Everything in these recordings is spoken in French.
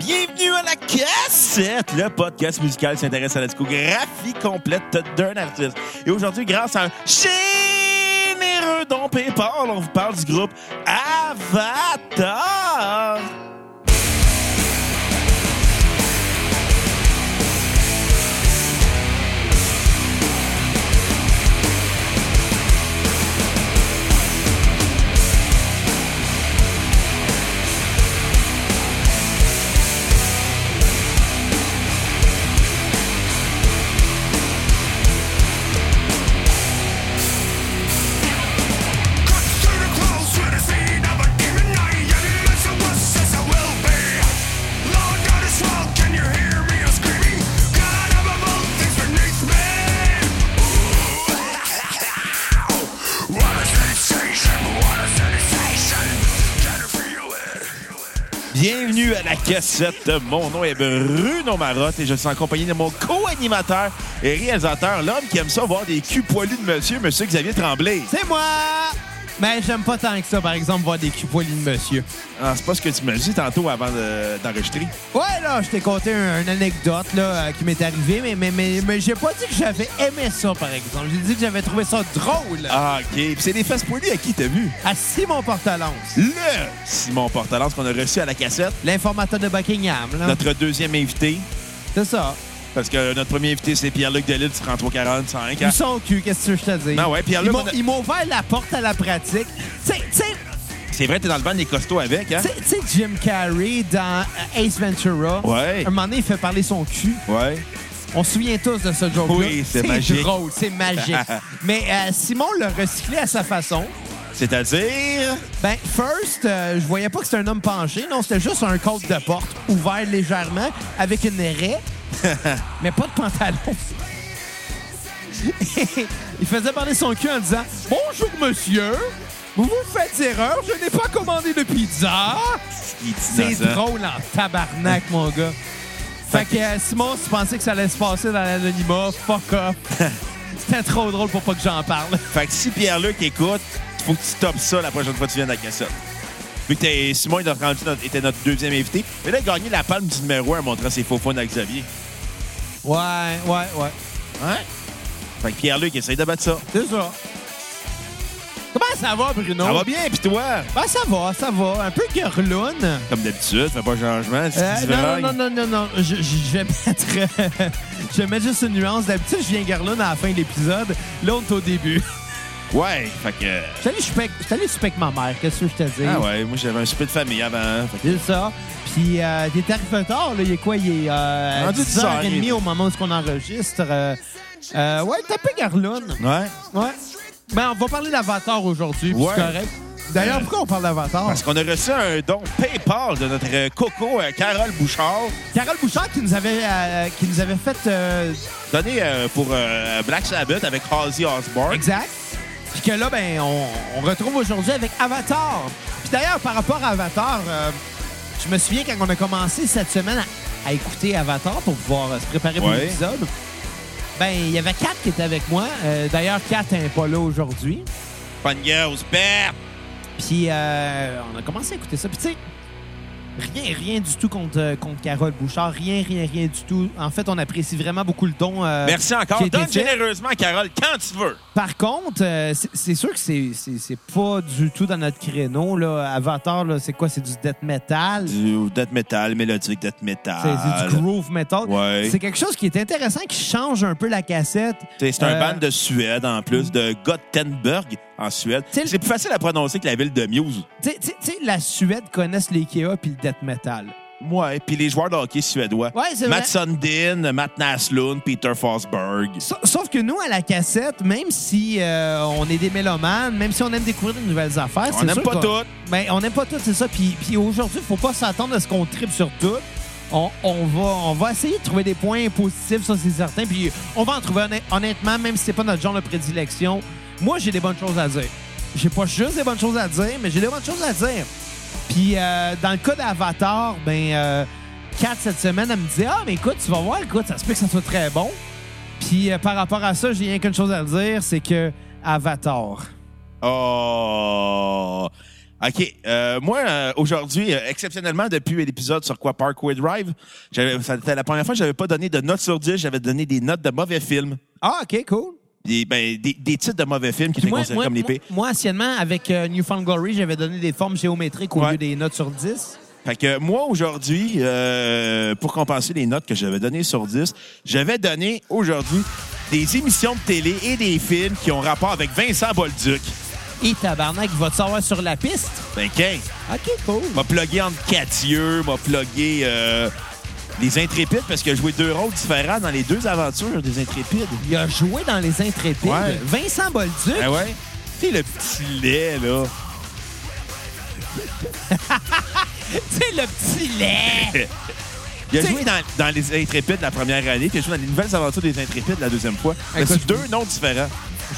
Bienvenue à la cassette, le podcast musical s'intéresse à la discographie complète d'un artiste. Et aujourd'hui, grâce à un généreux don PayPal, on vous parle du groupe Avatar. Bienvenue à la cassette. Mon nom est Bruno Marotte et je suis en compagnie de mon co-animateur et réalisateur, l'homme qui aime ça voir des culs poilus de monsieur, monsieur Xavier Tremblay. C'est moi! Mais j'aime pas tant que ça, par exemple, voir des culs poilus de monsieur. Ah, c'est pas ce que tu me dis tantôt avant de- d'enregistrer. Ouais, là, je t'ai conté un- une anecdote là, euh, qui m'est arrivée, mais, mais, mais, mais j'ai pas dit que j'avais aimé ça, par exemple. J'ai dit que j'avais trouvé ça drôle. Ah, OK. Puis c'est des fesses poilues à qui t'as vu? À Simon Portalance, Le Simon Portalance qu'on a reçu à la cassette. l'informateur de Buckingham, là. Notre deuxième invité. C'est ça. Parce que notre premier invité, c'est Pierre-Luc Delisle du 3345. Ils sont au cul, qu'est-ce que je te dis? Non, Ben ouais, Pierre-Luc, Ils m'ont- on a- Ils m'ont ouvert la porte à la pratique. Tu sais- tu sais, C'est vrai, t'es dans le banc des costauds avec, hein? Tu sais- tu sais, Jim Carrey dans euh, Ace Ventura, Ouais. un moment donné, il fait parler son cul. Ouais. On se souvient tous de ce joke-là. Oui, c'est magique. drôle, c'est magique. Mais euh, Simon l'a recyclé à sa façon. C'est-à-dire. Ben, first, euh, je voyais pas que c'était un homme penché. Non, c'était juste un code de porte ouvert légèrement avec une raie, mais pas de pantalon. Il faisait parler son cul en disant « Bonjour, monsieur. Vous vous faites erreur. Je n'ai pas commandé de pizza. » C'est drôle en tabarnak, mon gars. Fait que euh, Simon, si tu pensais que ça allait se passer dans l'anonymat, fuck off. C'était trop drôle pour pas que j'en parle. Fait que si Pierre-Luc écoute, faut que tu stoppes ça la prochaine fois que tu viens de la cassette. Vu que t'es- Simon il a rendu notre- était notre deuxième invité, mais là, il a gagné la palme du numéro 1 en montrant ses faux fun à Xavier. Ouais, ouais, ouais. Hein? Fait que Pierre-Luc essaye de battre ça. C'est ça. Comment ça va, Bruno? Ça va bien, pis toi? Ben, ça va, ça va. Un peu guerloune. Comme d'habitude, fais pas de changement. tu Euh, dis non, vague. non, non, non, non, non. Je, je- je vais mettre... euh, je vais mettre juste une nuance. D'habitude, je viens guerloune à la fin de l'épisode. Là, on est au début. Ouais, fait que. Je suis allé je suis allé souper avec ma mère. Qu'est-ce que je te dis? Ah ouais, moi j'avais un souper de famille avant. hein, fait que- C'est ça. Puis, euh, t'es arrivé tard, là. Il est quoi? Il est euh, Rendu 10h30 au moment où on enregistre. Euh, euh, ouais, t'as pas Garlone. Ouais. Ouais. Ben, on va parler d'Avatar aujourd'hui, puis Ouais. c'est correct. D'ailleurs, Euh, pourquoi on parle d'Avatar? Parce qu'on a reçu un don PayPal de notre euh, coco euh, Carole Bouchard, Carole Bouchard qui nous avait, euh, qui nous avait fait... euh, donné euh, pour euh, Black Sabbath avec Ozzy Osbourne. exact. Puis que là, ben, on, on retrouve aujourd'hui avec Avatar. Puis d'ailleurs, par rapport à Avatar, euh, je me souviens quand on a commencé cette semaine à, à écouter Avatar pour pouvoir euh, se préparer pour Ouais. l'épisode, ben, il y avait Kat qui était avec moi. Euh, d'ailleurs, Kat n'est pas là aujourd'hui. Fun girls, Bert! Puis euh, on a commencé à écouter ça. Puis tu sais, rien, rien du tout contre, euh, contre Carole Bouchard. Rien, rien, rien du tout. En fait, on apprécie vraiment beaucoup le don. euh, Merci encore. qui a été Donne fait. généreusement, Carole, quand tu veux. Par contre, euh, c'est- c'est sûr que c'est- c'est c'est pas du tout dans notre créneau. Là. Avatar, là, c'est quoi? C'est du death metal. Du death metal, mélodique death metal. C'est c'est du groove metal. Ouais. C'est quelque chose qui est intéressant, qui change un peu la cassette. C'est c'est un Euh, band de Suède, en plus, de Gothenburg, en Suède. T'sais, le- C'est plus facile à prononcer que la ville de Muse. Tu sais- tu sais- tu sais, la Suède connaissent l'IKEA puis le death metal. Ouais, puis les joueurs de hockey suédois. Ouais, c'est vrai. Matt Sundin, Matt Naslund, Peter Forsberg. Sa- Sauf que nous, à la cassette, même si euh, on est des mélomanes, même si on aime découvrir de nouvelles affaires, On Ah, c'est n'aime sûr pas qu'on- tout. Ben, on n'aime pas tout, c'est ça. Puis, puis aujourd'hui, faut pas s'attendre à ce qu'on tripe sur tout. On, on va, on va essayer de trouver des points positifs, ça c'est certain. Puis on va en trouver honnêt- honnêtement, même si c'est pas notre genre de prédilection. Moi, j'ai des bonnes choses à dire. J'ai pas juste des bonnes choses à dire, mais j'ai des bonnes choses à dire. Puis euh, dans le cas d'Avatar, ben, euh, Kat, cette semaine, elle me dit Ah, mais écoute, tu vas voir, écoute, ça se peut que ça soit très bon. Puis euh, par rapport à ça, j'ai rien qu'une chose à dire c'est que Avatar. Oh! OK. Euh, moi, euh, aujourd'hui, euh, exceptionnellement, depuis l'épisode sur quoi Parkway Drive, j'avais- c'était la première fois que j'avais pas donné de notes sur 10, j'avais donné des notes de mauvais films. Ah, OK, cool. Des, ben, des, des titres de mauvais films qui étaient Moi, considérés moi, comme l'épée. moi- moi, anciennement, avec euh, Newfound Glory, j'avais donné des formes géométriques au Ouais. lieu des notes sur 10. Fait que moi, aujourd'hui, euh, pour compenser les notes que j'avais données sur 10, j'avais donné aujourd'hui des émissions de télé et des films qui ont rapport avec Vincent Bolduc. Et tabarnak, il va te savoir sur la piste. Ben, qu'un. OK, cool. m'a plugué entre Catieux, m'a plugué euh, les Intrépides parce que a joué deux rôles différents dans les deux aventures des Intrépides. Il a joué dans Les Intrépides. Ouais. Vincent Bolduc. Ah ouais? Tu sais, le petit lait, là. Tu sais, le petit lait. Il a T'sais- joué dans, dans les Intrépides la première année, puis il a joué dans les nouvelles aventures des Intrépides la deuxième fois. Mais Écoute, c'est deux noms différents.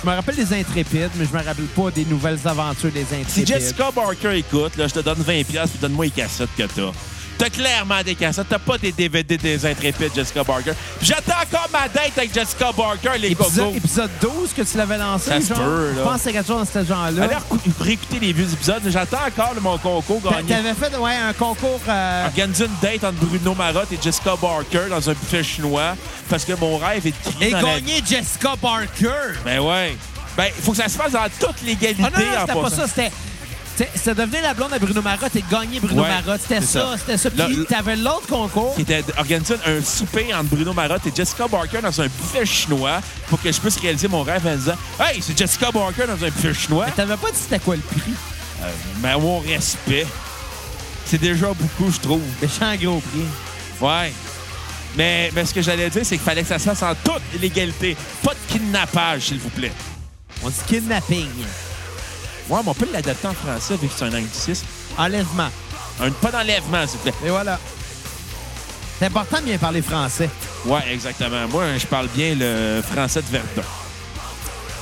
je me rappelle des Intrépides, mais je me rappelle pas des nouvelles aventures des Intrépides. Si Jessica Barker écoute, là, je te donne 20$ puis donne-moi les cassettes que t'as. T'as clairement des cassettes, t'as pas des DVD des intrépides, Jessica Barker. Puis J'attends encore ma date avec Jessica Barker, les Épisode, cocos. épisode 12 que tu l'avais lancé. Ça se genre, peut, là. Je pense que c'est quelque chose dans ce genre-là. Allez recou- réécouter les vieux épisodes, mais j'attends encore là, mon concours T'a- gagné. T'avais fait ouais, un concours. euh, Organiser une date entre Bruno Marotte et Jessica Barker dans un buffet chinois parce que mon rêve est de crier et dans la- gagner Jessica Barker. Ben ouais. Ben, faut que ça se fasse dans toute l'égalité Ah non, non, en c'était pas passant. ça. C'était. c'était- C'était devenir la blonde à Bruno Marotte et gagner Bruno Ouais, Marotte. C'était c'est ça. ça, c'était ça. Le- Puis le- t'avais l'autre concours. Qui était d'organiser un souper entre Bruno Marotte et Jessica Barker dans un buffet chinois pour que je puisse réaliser mon rêve en disant Hey, c'est Jessica Barker dans un buffet chinois. Mais t'avais pas dit c'était quoi le prix. Euh, Mais mon respect. C'est déjà beaucoup, je trouve. Méchant gros prix. Ouais. Mais, mais ce que j'allais dire, c'est qu'il fallait que ça se fasse en toute légalité. Pas de kidnappage, s'il vous plaît. On dit kidnapping. Ouais, mais on peut l'adapter en français vu que c'est un anglicisme. Enlèvement. Un pas d'enlèvement, s'il vous plaît. Et voilà. C'est important de bien parler français. Ouais, exactement. Moi, je parle bien le français de Verdun.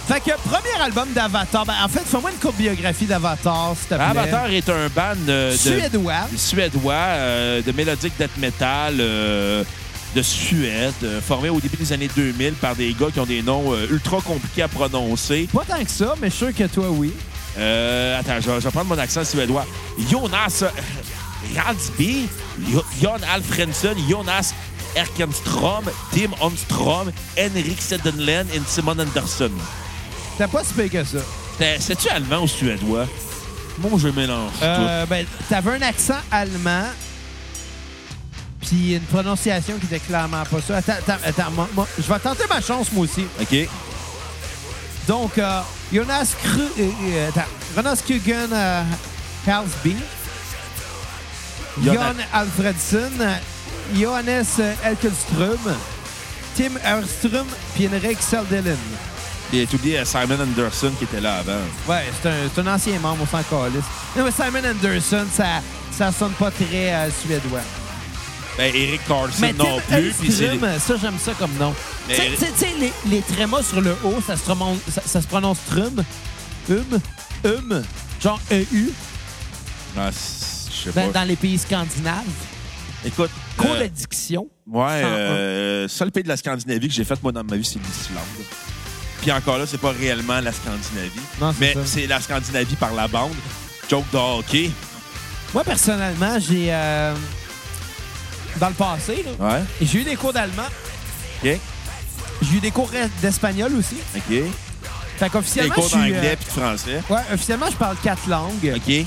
Fait que premier album d'Avatar. Ben, en fait, fais-moi une courte biographie d'Avatar, s'il te plaît. Avatar est un band euh, de, Suédois. suédois euh, de mélodique death metal euh, de Suède, euh, formé au début des années 2000 par des gars qui ont des noms euh, ultra compliqués à prononcer. Pas tant que ça, mais je suis sûr que toi, oui. Euh, attends, je vais, je vais prendre mon accent suédois. Jonas Radsby, Jo- Jon Alfredson, Jonas Erkenstrom, Tim Onstrom, Henrik Sedenlen et Simon Anderson. T'as pas si pire que ça. C'était- C'est-tu allemand ou suédois? Moi, je mélange tout. Euh, ben, t'avais un accent allemand, puis une prononciation qui était clairement pas ça. Attends, attends, attends. moi- moi, je vais tenter ma chance, moi aussi. OK. Donc, euh, Jonas Kru... euh, euh, attends. Jonas Kugan euh, Halsby. Jonas- Jon Alfredson. euh, Johannes euh, Elkenström. Tim Erström, puis Henrik Saldelen. Et tu oublies euh, Simon Anderson qui était là avant. Ouais, c'est un, c'est un ancien membre, on s'en calisse. Non, mais Simon Anderson, ça, ça sonne pas très euh, suédois. Ben, Eric Carlson Mais non Tim plus. puis c'est- Elström, ça, j'aime ça comme nom. Tu Mais- sais- tu sais- tu sais, les, les trémas sur le haut, ça se, remon- ça, ça se prononce trum, hum, hum, genre EU, Ah, c'est- je sais pas. dans, Ben, dans les pays scandinaves. Écoute, Cours euh, de diction. ouais, 101. euh, seul pays de la Scandinavie que j'ai fait moi dans ma vie, c'est l'Islande. Puis encore là, c'est pas réellement la Scandinavie. Non, c'est mais ça. c'est la Scandinavie par la bande. Joke de hockey. Moi, personnellement, j'ai... euh, dans le passé, là, Ouais. j'ai eu des cours d'allemand. OK. J'ai eu des cours d'espagnol aussi. OK. Fait Les qu'officiellement, cours je suis... d'anglais puis de français. euh, ouais, officiellement, je parle quatre langues. OK. Puis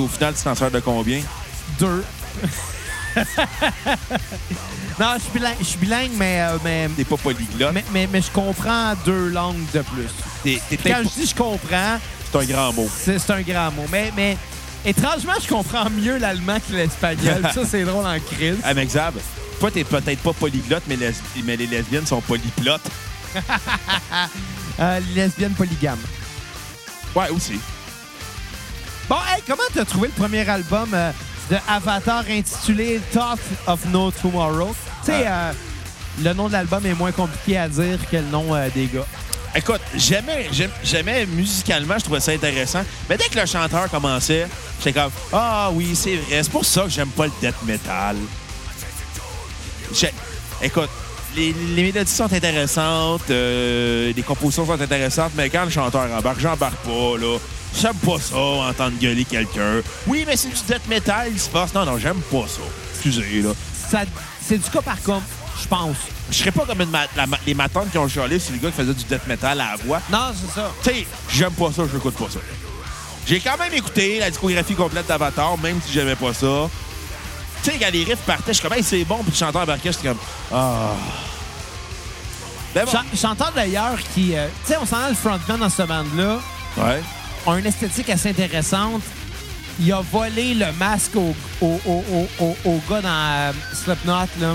au final, tu t'en sers de combien? Deux. non, je suis bilingue, je suis bilingue, mais, euh, mais, T'es pas polyglotte. mais, mais, mais je comprends deux langues de plus. T'es, t'es Quand peut-être je dis je comprends, pas- c'est un grand mot. c'est c'est un grand mot. Mais, mais étrangement, je comprends mieux l'allemand que l'espagnol. ça, c'est drôle en crise. Ah, mais Xav, toi, t'es peut-être pas polyglotte, mais, les, mais les lesbiennes sont polyplottes. Euh, lesbienne polygame. Ouais, aussi. Bon, hey, comment t'as trouvé le premier album euh, de Avatar intitulé Thought of No Tomorrow? Tu sais, Ah. euh, le nom de l'album est moins compliqué à dire que le nom euh, des gars. Écoute, jamais, j'aim- jamais musicalement, je trouvais ça intéressant. Mais dès que le chanteur commençait, j'étais comme Ah oui, c'est vrai. C'est pour ça que j'aime pas le death metal. J'ai- Écoute, les, les mélodies sont intéressantes, euh, les compositions sont intéressantes, mais quand le chanteur embarque, j'embarque pas, là. J'aime pas ça, entendre gueuler quelqu'un. Oui, mais c'est du death metal, il se passe. Non, non, j'aime pas ça. Excusez, là. Ça- C'est du cas par cas, je pense. Je serais pas comme une ma- la ma- les matantes qui ont chialé sur les gars qui faisaient du death metal à la voix. Non, c'est ça. Tu sais, j'aime pas ça, je n'écoute pas ça. J'ai quand même écouté la discographie complète d'Avatar, même si j'aimais pas ça. Tu sais, quand les riffs partaient, je suis comme, hey, c'est bon, puis le chanteur embarquait, je suis comme, ah. Ben bon. J'en- J'entends d'ailleurs qui. euh, tu sais, on s'en a le frontman dans ce band-là. Ouais. a une esthétique assez intéressante. Il a volé le masque au, au, au, au, au- au gars dans euh, Slipknot. Là.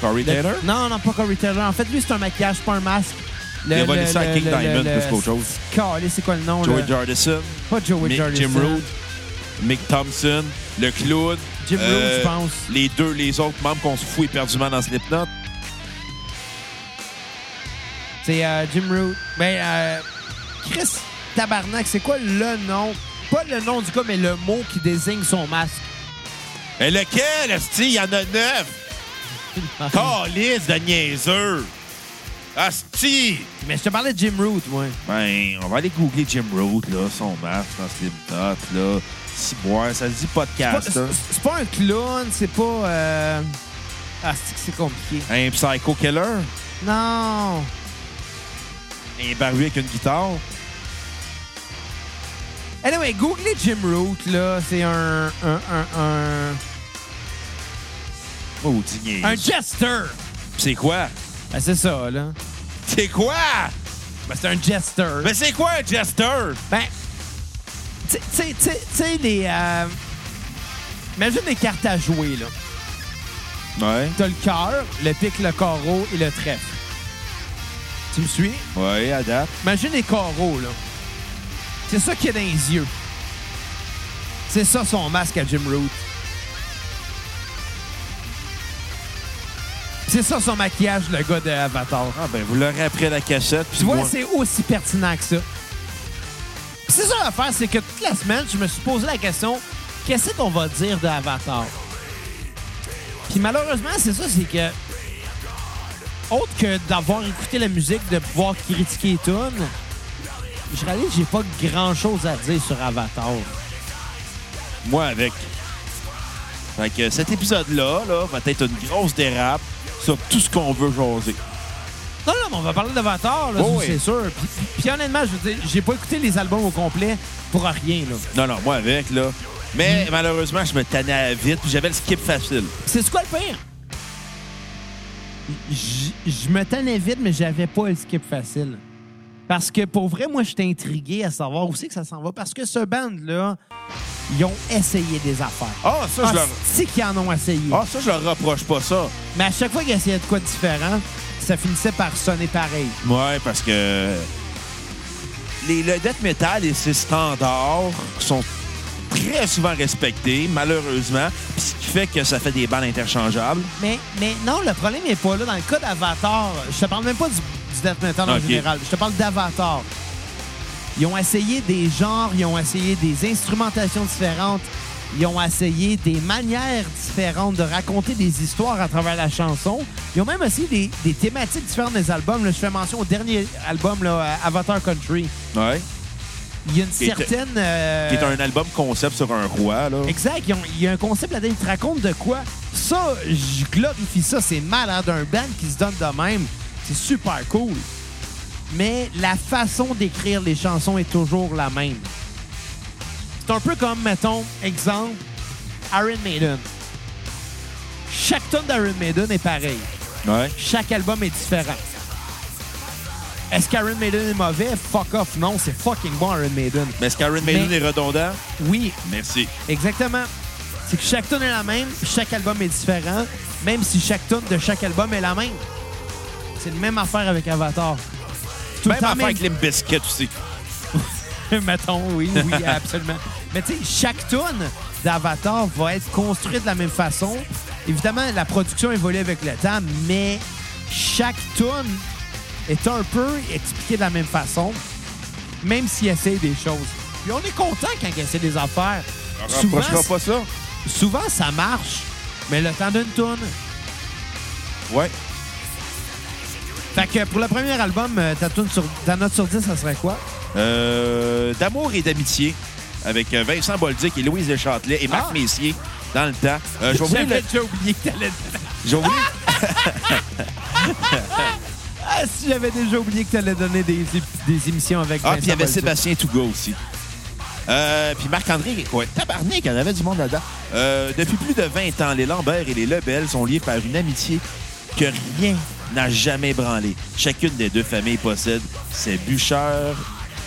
Corey Le- Taylor? Non, non, pas Corey Taylor. En fait, lui, c'est un maquillage, pas un masque. Le- Il a volé le- ça à le- King le- Diamond le- plus qu'autre chose. Calé, c'est quoi le nom? Joey là? Jardison, Pas Joey Mick Jardison. Jim Root, Mick Thompson, le clown. Jim Root, euh, je pense. Les deux, les autres membres qu'on se fout éperdument dans Slipknot. C'est euh, Jim Root. Ben, euh, Chris Tabarnak, c'est quoi le nom? Pas le nom du gars, mais le mot qui désigne son masque. Mais lequel, Esti? Il y en a neuf! Calice de niaiseux! Asti! mais je te parlais de Jim Root, moi. Ben, on va aller googler Jim Root, là, son masque dans Slipknot, là. Si boire, ça se dit Pas- podcast, hein. C'est c'est pas un clown, c'est pas. euh, Ah, c'est que c'est compliqué. hein. Un psycho killer? Non! Un barbu avec une guitare? Anyway, googlez Jim Root, là. C'est un. Un. Un. Un, Oh, dis niaiseux. un jester! C'est quoi? Ben, c'est ça, là. C'est quoi? Ben, c'est un jester. Mais c'est quoi un jester? Ben. Tu sais, tu sais, tu sais, les. euh, Imagine les cartes à jouer, là. Ouais. T'as le cœur, le pic, le carreau et le trèfle. Tu me suis? Ouais, à date. Imagine les carreaux, là. C'est ça qu'il y a dans les yeux. C'est ça son masque à Jim Root. C'est ça son maquillage, le gars de Avatar. Ah, ben, vous l'aurez après la cassette. puis Tu vois, moi- c'est aussi pertinent que ça. Puis C'est ça l'affaire, c'est que toute la semaine, je me suis posé la question qu'est-ce qu'on va dire de Avatar Puis malheureusement, c'est ça, c'est que. Autre que d'avoir écouté la musique, de pouvoir critiquer les tunes, je réalise que j'ai pas grand-chose à dire sur Avatar. moi avec. Fait que cet épisode-là là, va être une grosse dérape sur tout ce qu'on veut jaser. Non, non, mais on va parler d'Avatar, là, Oh ça, oui. c'est sûr. Puis, puis- puis honnêtement, je veux dire, j'ai pas écouté les albums au complet pour rien, là. Non, non, moi avec, là. Mais malheureusement, je me tannais à vite, puis j'avais le skip facile. C'est quoi le pire? J- Je me tenais vite, mais j'avais pas le skip facile. Parce que pour vrai, moi, j'étais intrigué à savoir où c'est que ça s'en va. Parce que ce band-là, ils ont essayé des affaires. Ah, ça, je leur... C'est qu'ils en ont essayé. Ah, ça, je leur reproche pas ça. Mais à chaque fois qu'ils essayaient de quoi de différent, ça finissait par sonner pareil. Ouais, parce que. Les, le death metal et ses standards sont très souvent respectés, malheureusement, puis ce qui fait que ça fait des bandes interchangeables. Mais, mais non, le problème n'est pas là. Dans le cas d'Avatar, je te parle même pas du, du Death Metal en Ok. général. Je te parle d'Avatar. Ils ont essayé des genres, ils ont essayé des instrumentations différentes, ils ont essayé des manières différentes de raconter des histoires à travers la chanson. Ils ont même essayé des, des thématiques différentes des albums. là. je fais mention au dernier album, là, Avatar Country. Ouais. Il y a une Qui est- certaine... euh, Qui est un album concept sur un roi, là. Exact. Ils ont- Il y a un concept là-dedans. Ils te racontent de quoi. Ça, je glorifie ça. C'est malade. Un band qui se donne de même, c'est super cool. Mais la façon d'écrire les chansons est toujours la même. C'est un peu comme, mettons, exemple, Iron Maiden. Chaque tonne d'Iron Maiden est pareil. Ouais. Chaque album est différent. Est-ce qu'Iron Maiden est mauvais? Fuck off. Non, c'est fucking bon, Iron Maiden. Mais est-ce qu'Aaron Maiden Mais- est redondant? Oui, Merci. Exactement. C'est que chaque tune est la même, chaque album est différent, même si chaque tune de chaque album est la même. C'est la même affaire avec Avatar. Tout Même le temps affaire avec Limp Bizkit aussi. Mettons, oui, oui, absolument. Mais tu sais, chaque tune d'Avatar va être construite de la même façon. Évidemment, la production évolue avec le temps, mais chaque tune est un peu expliquée de la même façon, même s'il essaie des choses. Puis on est content quand il essaie des affaires. Souvent, Rapprochera pas ça? souvent ça marche, mais le temps d'une tourne. Ouais. Fait que pour le premier album, euh, ta, tourne sur, ta note sur 10, ça serait quoi? euh, d'amour et d'amitié avec euh, Vincent Bolduc et Louise de Châtelet et Marc Ah! Messier dans le temps. Euh, je vais vous J'avais le- déjà oublié que t'allais... je vais vous le- Ah, si j'avais déjà oublié que t'allais donner des, des émissions avec Ah, Vincent puis il y avait Bolduc. Sébastien Touga aussi. Euh, puis Marc-André, quoi, tabarnak, il y en avait du monde là-dedans. Euh, depuis plus de 20 ans, les Lambert et les Lebel sont liés par une amitié que rien n'a jamais branlée. Chacune des deux familles possède ses bûcheurs,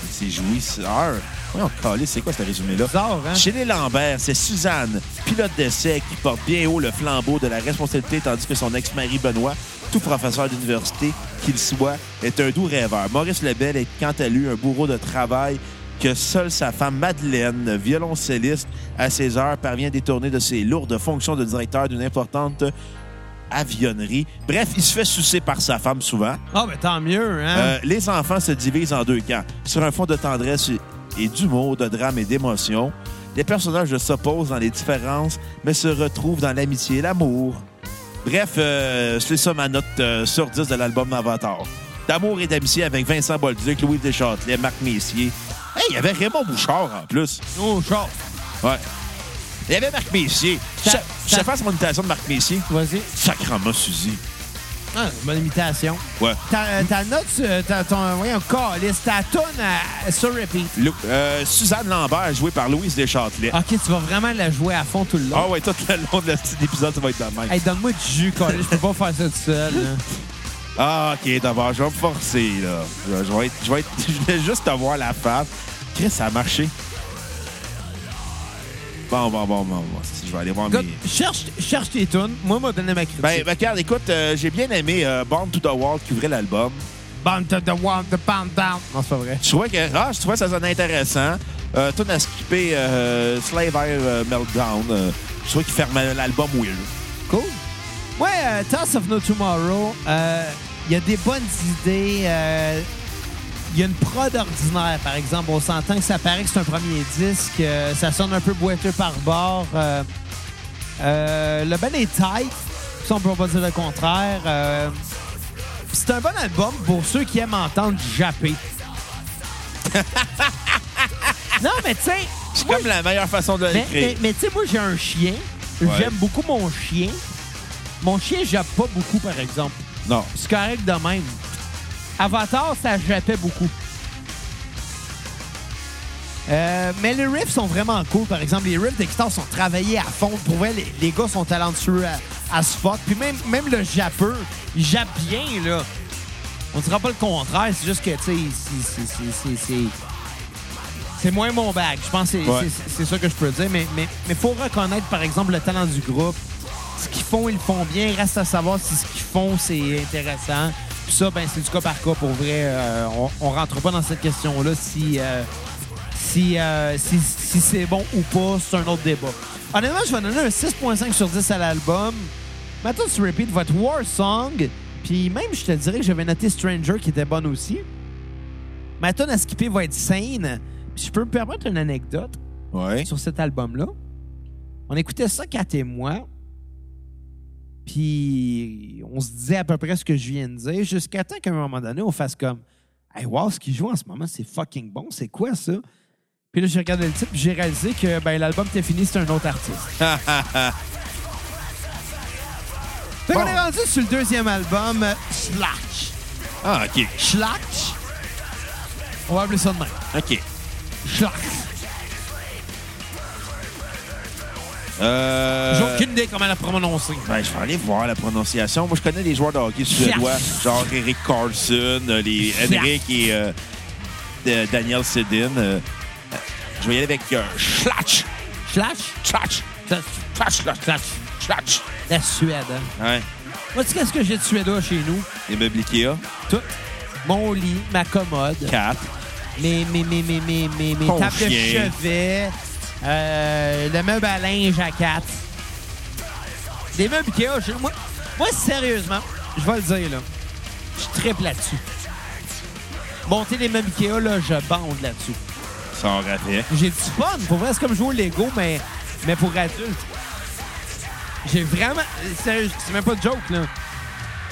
et ses jouisseurs. Voyons, calé, c'est quoi ce résumé-là? Bizarre, hein? Chez les Lambert, c'est Suzanne, pilote d'essai, qui porte bien haut le flambeau de la responsabilité, tandis que son ex-mari Benoît, tout professeur d'université qu'il soit, est un doux rêveur. Maurice Lebel est quant à lui un bourreau de travail que seule sa femme Madeleine, violoncelliste à ses heures, parvient à détourner de ses lourdes fonctions de directeur d'une importante avionnerie. Bref, il se fait sucer par sa femme souvent. Ah, mais tant mieux, hein? Euh, les enfants se divisent en deux camps. Sur un fond de tendresse et d'humour, de drame et d'émotion, les personnages s'opposent dans les différences, mais se retrouvent dans l'amitié et l'amour. Bref, euh, c'est ça ma note euh, sur 10 de l'album Avatar. D'amour et d'amitié avec Vincent Bolduc, Louis Deschâtelet, Marc Messier. Hey, il y avait Raymond Bouchard en plus. Oh, Charles, Ouais. Il y avait Marc Messier. Je Ça- je ça- sais pas mon imitation de Marc Messier. vas-y. Sacrement Suzy. Ah, bonne imitation. Ouais. Ta, euh, ta note, euh, ta, ton, voyons, calice, ta toune à- sur repeat. Lou- euh, Suzanne Lambert, jouée par Louise Deschâtelet. OK, tu vas vraiment la jouer à fond tout le long. Ah ouais, tout le long de la petite épisode, ça va être dans le même. Hey, donne-moi du jus, calice. Je peux pas faire ça tout seul. hein. Ah, ok, d'abord, je vais me forcer, là. Je, je vais être, je vais être, je voulais juste avoir la femme. Chris, ça a marché. Bon, bon, bon, bon, bon. Je vais aller voir Écoute, mes... cherche, cherche tes tunes. Moi, m'a donné ma critique. Ben, ben, regarde, écoute, euh, j'ai bien aimé euh, Born to the World qui ouvrait l'album. Bound to the wall, the pound down. Non, c'est pas vrai. Je trouvais que, ah, je trouvais ça sonnait intéressant. Euh, tout à skipper euh, Slave Air euh, Meltdown. euh, je trouvais qu'il fermait l'album weird. Cool. Ouais, euh, Toss of No Tomorrow, euh, il y a des bonnes idées. euh, Il y a une prod ordinaire, par exemple. On s'entend que ça paraît que c'est un premier disque. euh, ça sonne un peu boiteux par bord. euh, euh, le band est tight. Ça, on peut pas dire le contraire. euh, pis c'est un bon album pour ceux qui aiment entendre japper. non, mais tu sais, C'est moi, comme la meilleure façon de mais, l'écrire. mais, mais tu sais, moi, j'ai un chien. J'aime beaucoup mon chien. Mon chien jappe pas beaucoup, par exemple. Non. C'est correct de même. Avatar, ça jappait beaucoup. Euh, mais les riffs sont vraiment cool. Par exemple, les riffs de guitare sont travaillés à fond. Pour vrai, les, les gars sont talentueux à, à ce fuck. Puis même, même le jappeur, il jappe bien, là. On dira pas le contraire. C'est juste que, tu sais, c'est- c'est- c'est- c'est- c'est... C'est moins mon bag. Je pense que c'est- Ouais. c'est- c'est ça que je peux dire. Mais mais, mais faut reconnaître, par exemple, le talent du groupe. Ce qu'ils font, ils le font bien. Reste à savoir si ce qu'ils font, c'est intéressant. Puis ça, ben, c'est du cas par cas. Pour vrai, Euh, on, on rentre pas dans cette question-là si, euh, si, euh, si, si c'est bon ou pas. C'est un autre débat. Honnêtement, je vais donner un 6.5 sur 10 à l'album. Maintenant, tu repeat votre War Song. Puis même, je te dirais que j'avais noté Stranger qui était bonne aussi. Ma tonne à skipper va être saine. Puis je peux me permettre une anecdote Ouais. sur cet album-là. On écoutait ça, Kat et moi. Puis on se disait à peu près ce que je viens de dire, jusqu'à temps qu'à un moment donné, on fasse comme Hey, wow, ce qu'ils joue en ce moment, c'est fucking bon, c'est quoi ça? Puis là, j'ai regardé le titre, puis j'ai réalisé que ben, l'album était fini, c'est un autre artiste. Ah, Fait qu'on Bon. est rendu sur le deuxième album, euh, Slash. Ah, OK. Schlacht. On va appeler ça de même. OK. Schlacht. Euh... J'ai aucune idée comment la prononcer. Ben, je vais aller voir la prononciation. Moi, je connais les joueurs de hockey suédois, Fiaf. genre Eric Carlson, euh, les Fiaf. Henrik et euh, de- Daniel Sedin. euh, je vais y aller avec euh, Schlatch, Schlacht. Schlatch, Schlacht. Schlatch, Schlatch, Schlach. Schlatch. La Suède. hein. Ouais, Moi, tu sais, qu'est-ce que j'ai de suédois chez nous? les meubles Ikea, Tout. Mon lit, ma commode, 4. mes, mes, mes, mes, mes, mes, mes Ton tables de chien. chevet, euh, le meuble à linge à quatre. Des meubles Ikea. je- Moi, moi, sérieusement, je vais le dire, là. Je triple là-dessus. Monter des meubles Ikea, là, je bande là-dessus. Sans rabais. J'ai du fun. Pour vrai, c'est comme jouer au Lego, mais, mais pour adultes. J'ai vraiment. Sérieux, c'est même pas de joke, là.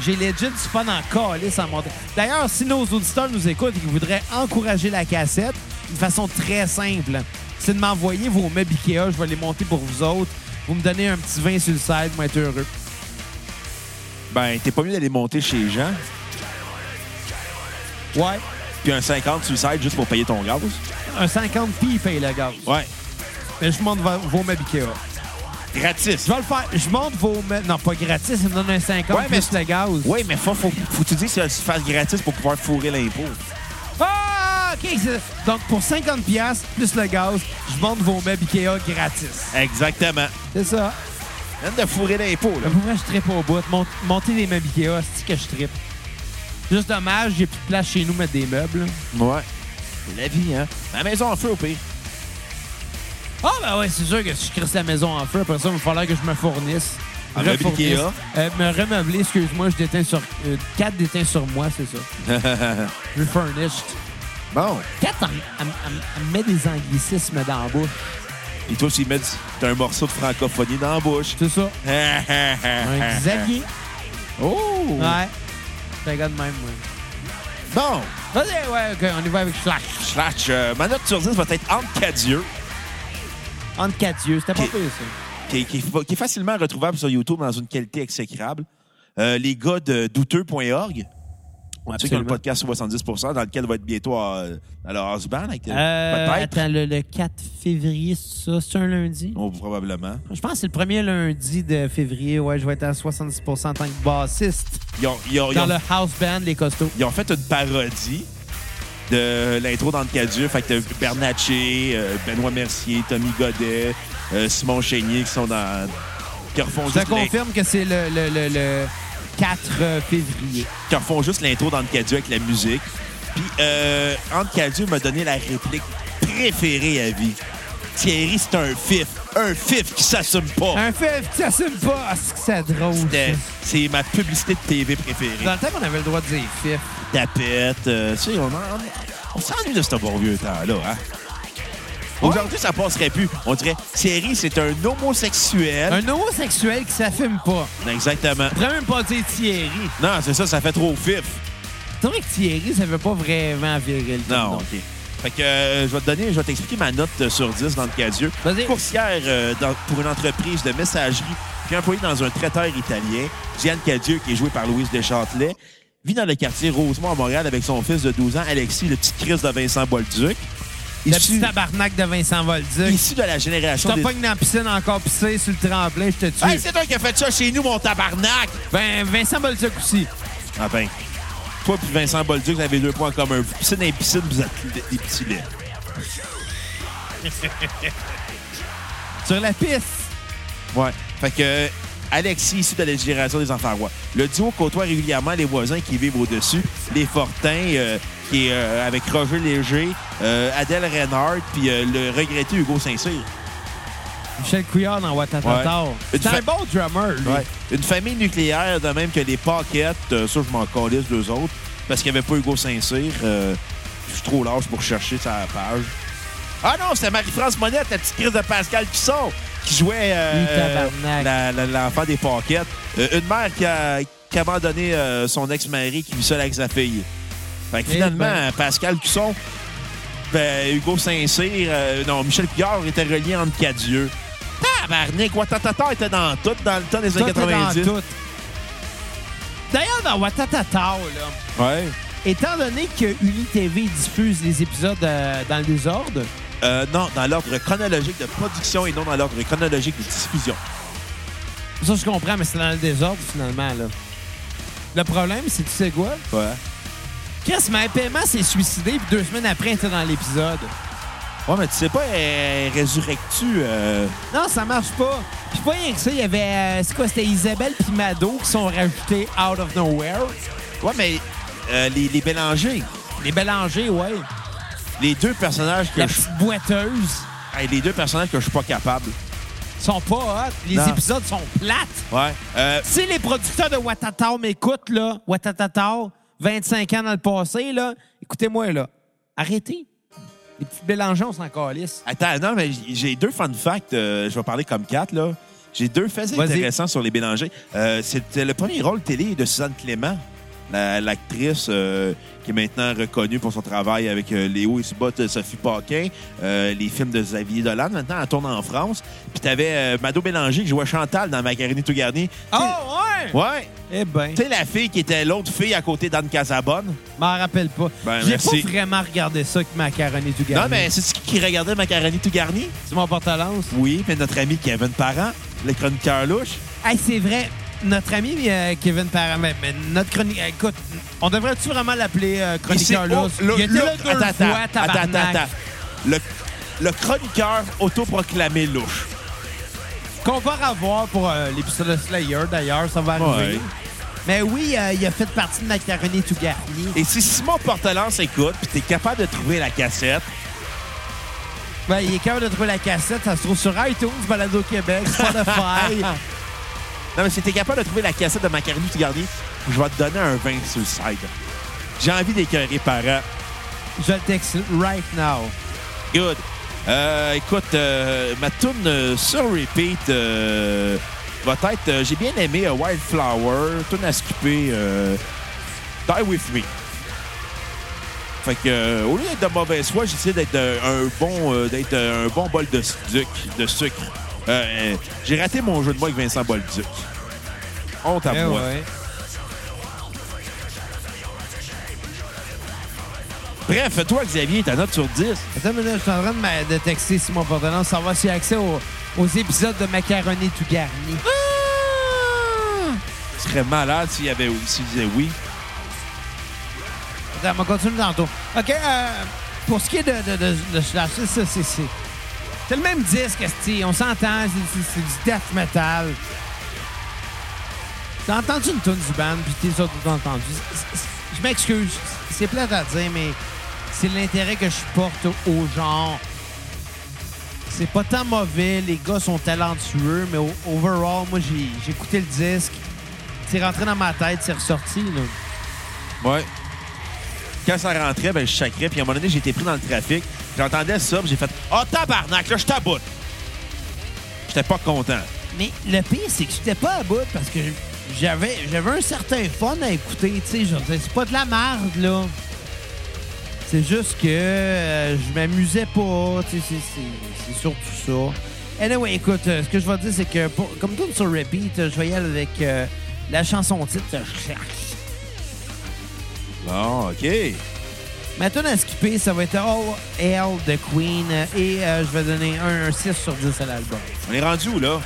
J'ai legit du fun en calice à monter. D'ailleurs, si nos auditeurs nous écoutent et qu'ils voudraient encourager la cassette, une façon très simple, c'est de m'envoyer vos meubles Ikea. Je vais les monter pour vous autres. Vous me donnez un petit vin sur le side, moi, être heureux. Ben, t'es pas mieux d'aller monter chez Jean, Ouais. puis un 50 suicide juste pour payer ton gaz. Un 50 puis il paye le gaz. Ouais. Mais je monte vo- vos meubles Ikea. Gratis. Je vais le faire. Je monte vos meubles. Non, pas gratis. Il me donne un 50 Ouais, mais plus le gaz. Oui, mais faut, faut, faut que tu dises que ça se fasse gratis pour pouvoir fourrer l'impôt. Ah, OK. c'est- Donc, pour 50 piastres plus le gaz, je monte vos meubles Ikea gratis. Exactement. C'est ça. Même de fourrer l'impôt, là. Mais pour vrai, je trippe au bout. Mont- monter des meubles Ikea, c'est que je trippe. Juste dommage, j'ai plus de place chez nous mettre des meubles. Ouais. C'est la vie, hein. La maison en feu, au pire. Ah, ben ouais, c'est sûr que si je crisse la maison en feu, après ça, il va falloir que je me fournisse. Un meuble Refournisse. Ikea. Euh, me remeubler, excuse-moi, je déteins sur. 4 déteins sur moi, c'est ça. Refurnished. Bon. 4, elle, elle- elle- elle met des anglicismes dans la bouche. Et toi, s'ils mettent un morceau de francophonie dans la bouche. C'est ça. Un Exact. Xavier. Oh! Ouais. Je regarde même, moi. Bon, Vas-y, ouais, OK, on y va avec Slash. Slash, euh, ma note sur 10 va être Anne Cadieux, Entre quatre yeux, c'était pas Ok. pire, ça. qui, qui est fa- qui est facilement retrouvable sur YouTube dans une qualité exécrable. Euh, les gars de douteux.org, ceux qui ont le absolument. podcast 70%, dans lequel va être bientôt euh, dans leur house band, avec, euh, Euh, peut-être. attends, le, le 4 février, c'est ça, c'est un lundi? Oh, probablement. Je pense que c'est le premier lundi de février. Ouais, je vais être à 70 en tant que bassiste Ils ont, ils ont- ils dans ont- le house band Les Costauds. ils ont fait une parodie de l'intro d'Anne Cadieux. Fait que t'as Bernatchez, euh, Benoît Mercier, Tommy Godet, euh, Simon Chénier qui sont dans... qui refont Je te juste l'in- confirme que c'est le, le, le, le 4 février. qui refont juste l'intro dans le Cadieux avec la musique. Puis euh, Ante Cadieux m'a donné la réplique préférée à vie. Thierry, c'est un fif. Un fif qui s'assume pas. Un fif qui s'assume pas. Ah, c'est que c'est drôle. Oh. C'était- ça. C'est ma publicité de TV préférée. Dans le temps qu'on avait le droit de dire fif. Tapette, euh, tu sais, on, en- on s'ennuie de ce bon vieux temps-là. Hein? Aujourd'hui, ça passerait plus. On dirait, Thierry, c'est un homosexuel. Un homosexuel qui s'assume pas. Exactement. Je pourrais même pas dire Thierry. Non, c'est ça, ça fait trop fif. C'est vrai que Thierry, ça veut pas vraiment viril. comme Non, nom. OK. Fait que euh, je vais te donner, je vais t'expliquer ma note euh, sur 10 dans le casier. Vas-y. Coursière euh, dans- pour une entreprise de messagerie, puis employée dans un traiteur italien, Diane Cadieux, qui est jouée par Louise Deschâtelet, vit dans le quartier Rosemont à Montréal avec son fils de 12 ans, Alexis, le petit Chris de Vincent Bolduc. Le Issu, petit tabarnak de Vincent Volduc. issu de la Je génération te des... pogne dans la piscine encore pissé sur le tremplin, je te tue. Hey, c'est toi qui as fait ça chez nous, mon tabarnak! ben, Vincent Bolduc aussi. Ah ben, toi puis Vincent Bolduc, vous avez deux points en commun. Vous piscine et piscine, vous êtes des- des petits laits. Sur la piste. Ouais. Fait que euh, Alexis, issu de la génération des enfants rois. Le duo côtoie régulièrement les voisins qui vivent au-dessus, les Fortins, euh, qui est euh, avec Roger Léger, euh, Adèle Reinhardt, puis euh, le regretté Hugo Saint-Cyr. Michel Couillard dans Watatata. Ouais. C'est Une un fa- bon drummer, lui. Une famille nucléaire, de même que les Paquettes, euh, ça, je m'en calisse deux autres, parce qu'il n'y avait pas Hugo Saint-Cyr. euh, je suis trop large pour chercher sa page. Ah non, c'était Marie-France Monette, la petite crise de Pascal Pisson, qui jouait euh, Oui, tabarnak. la- la- l'enfant des Paquettes. Euh, une mère qui a, qui a abandonné euh, son ex-mari qui vit seul avec sa fille. Fait que Eh finalement, ben. Pascal Cusson, ben, Hugo Saint-Cyr, euh, non, Michel Couillard était relié entre Cadieux. Tabarnak, Watatata était dans tout dans le temps des Tout années est dans 90. tout. D'ailleurs, dans Watatata, là, Ouais. étant donné que UniTV diffuse les épisodes euh, dans le désordre, Euh, non, dans l'ordre chronologique de production et non dans l'ordre chronologique de diffusion. ça, je comprends, mais c'est dans le désordre, finalement. Là. Le problème, c'est, tu sais quoi? Ouais. Chris, ma paiement s'est suicidé, puis deux semaines après, elle était dans l'épisode. Ouais, mais tu sais pas, euh, Résurrectu, euh, Non, ça marche pas. Puis pas rien que ça, il y avait... euh, c'est quoi? C'était Isabelle puis Mado qui sont rajoutés out of nowhere. Ouais, mais euh, les, les Bélanger, Les Bélangers, ouais. les deux personnages que La je petite boiteuse. Hey, les deux personnages que je suis pas capable. Ils sont pas hot. Les Non. épisodes sont plates. Ouais. Euh, Si les producteurs de Watatao m'écoutent, là, Watatao, 25 ans dans le passé, là, écoutez-moi, là, arrêtez. Les petites Bélangeons, on s'en calisse. attends, non, mais j'ai deux fun facts. euh, je vais parler comme quatre, là. J'ai deux faits Vas-y. intéressants sur les Bélanger. Euh, C'était le premier rôle télé de Suzanne Clément, la- l'actrice euh, qui est maintenant reconnue pour son travail avec euh, Léo et Subot de Sophie Paquin, euh, les films de Xavier Dolan. Maintenant, elle tourne en France. Puis t'avais euh, Mado Bélanger qui jouait Chantal dans Macaroni tout garni. Oh, ouais! Ah, Ouais, Eh ben, tu sais, la fille qui était l'autre fille à côté d'Anne Casabonne. m'en rappelle pas. Ben, J'ai merci. pas vraiment regardé ça avec Macaroni du Garni. Non, mais c'est qui qui regardait Macaroni tout garni? C'est mon porte-à-lance. Oui, mais notre ami Kevin Parent, le chroniqueur louche. Hey, c'est vrai. Notre ami euh, Kevin Parent, mais, mais notre chronique. Écoute, on devrait-tu vraiment l'appeler euh, chroniqueur là? Il s'est- oh, Il le- était le- là deux attends, fois, attends, tabarnak. attends, attends. Le, le chroniqueur autoproclamé louche. Qu'on va revoir pour euh, l'épisode de Slayer, d'ailleurs, ça va arriver. Ouais. Mais oui, euh, il a fait partie de Macaroni tout garni. Et si Simon Portelance écoute, puis t'es capable de trouver la cassette, Ben, il est capable de trouver la cassette, ça se trouve sur iTunes, Balado Québec, Spotify. non, mais si t'es capable de trouver la cassette de Macaroni du Garnier, je vais te donner un 20 sur le side. J'ai envie d'écœurer parents. Je le texte right now. Good. Euh, écoute, euh, ma tune euh, sur repeat euh, va être. euh, J'ai bien aimé euh, Wildflower, tune à skipper euh, Die With Me. Fait que, euh, au lieu d'être de mauvaise foi, j'essaie d'être euh, un bon euh, d'être euh, un bon bol de, suc- de sucre. Euh, euh, J'ai raté mon jeu de moi avec Vincent Bolduc. Honte à Eh moi. ouais. Bref, toi, Xavier, ta note sur 10. Attends une minute, je suis en train de, ma- de texter Simon Portelance, savoir s'il a accès aux, aux épisodes de Macaroni tout garni. Je serais malade s'il y avait s'il disait oui. Attends, on continue tantôt. OK, euh, pour ce qui est de, de, de, de Slash, c'est ça, c'est... c'est- C'est le même disque, esti, on s'entend, c'est- c'est c'est du death metal. T'as entendu une tune du band, puis t'es surtout entendu. C'est- c'est- Je m'excuse, c'est plate à dire, mais c'est l'intérêt que je porte au genre. C'est pas tant mauvais, les gars sont talentueux, mais o- overall, moi, j'ai j'ai écouté le disque. C'est rentré dans ma tête, c'est ressorti, là. Ouais. Quand ça rentrait, ben, je chacrais. Puis à un moment donné, j'étais pris dans le trafic. J'entendais ça, puis j'ai fait Ah, tabarnak, là, je taboute. J'étais pas content. Mais le pire, c'est que j'étais pas à bout parce que j'avais j'avais un certain fun à écouter, tu sais. Je veux dire, c'est pas de la merde, là. C'est juste que euh, je m'amusais pas, tu sais, c'est- c'est- c'est surtout ça. Anyway, écoute, euh, ce que je vais te dire, c'est que pour- comme tout sur repeat, euh, je vais y aller avec euh, la chanson titre que je cherche. Bon, OK. Ma tune à skipper, ça va être All Hail the Queen euh, et euh, je vais donner un, un 6 sur 10 à l'album. On est rendu où, là?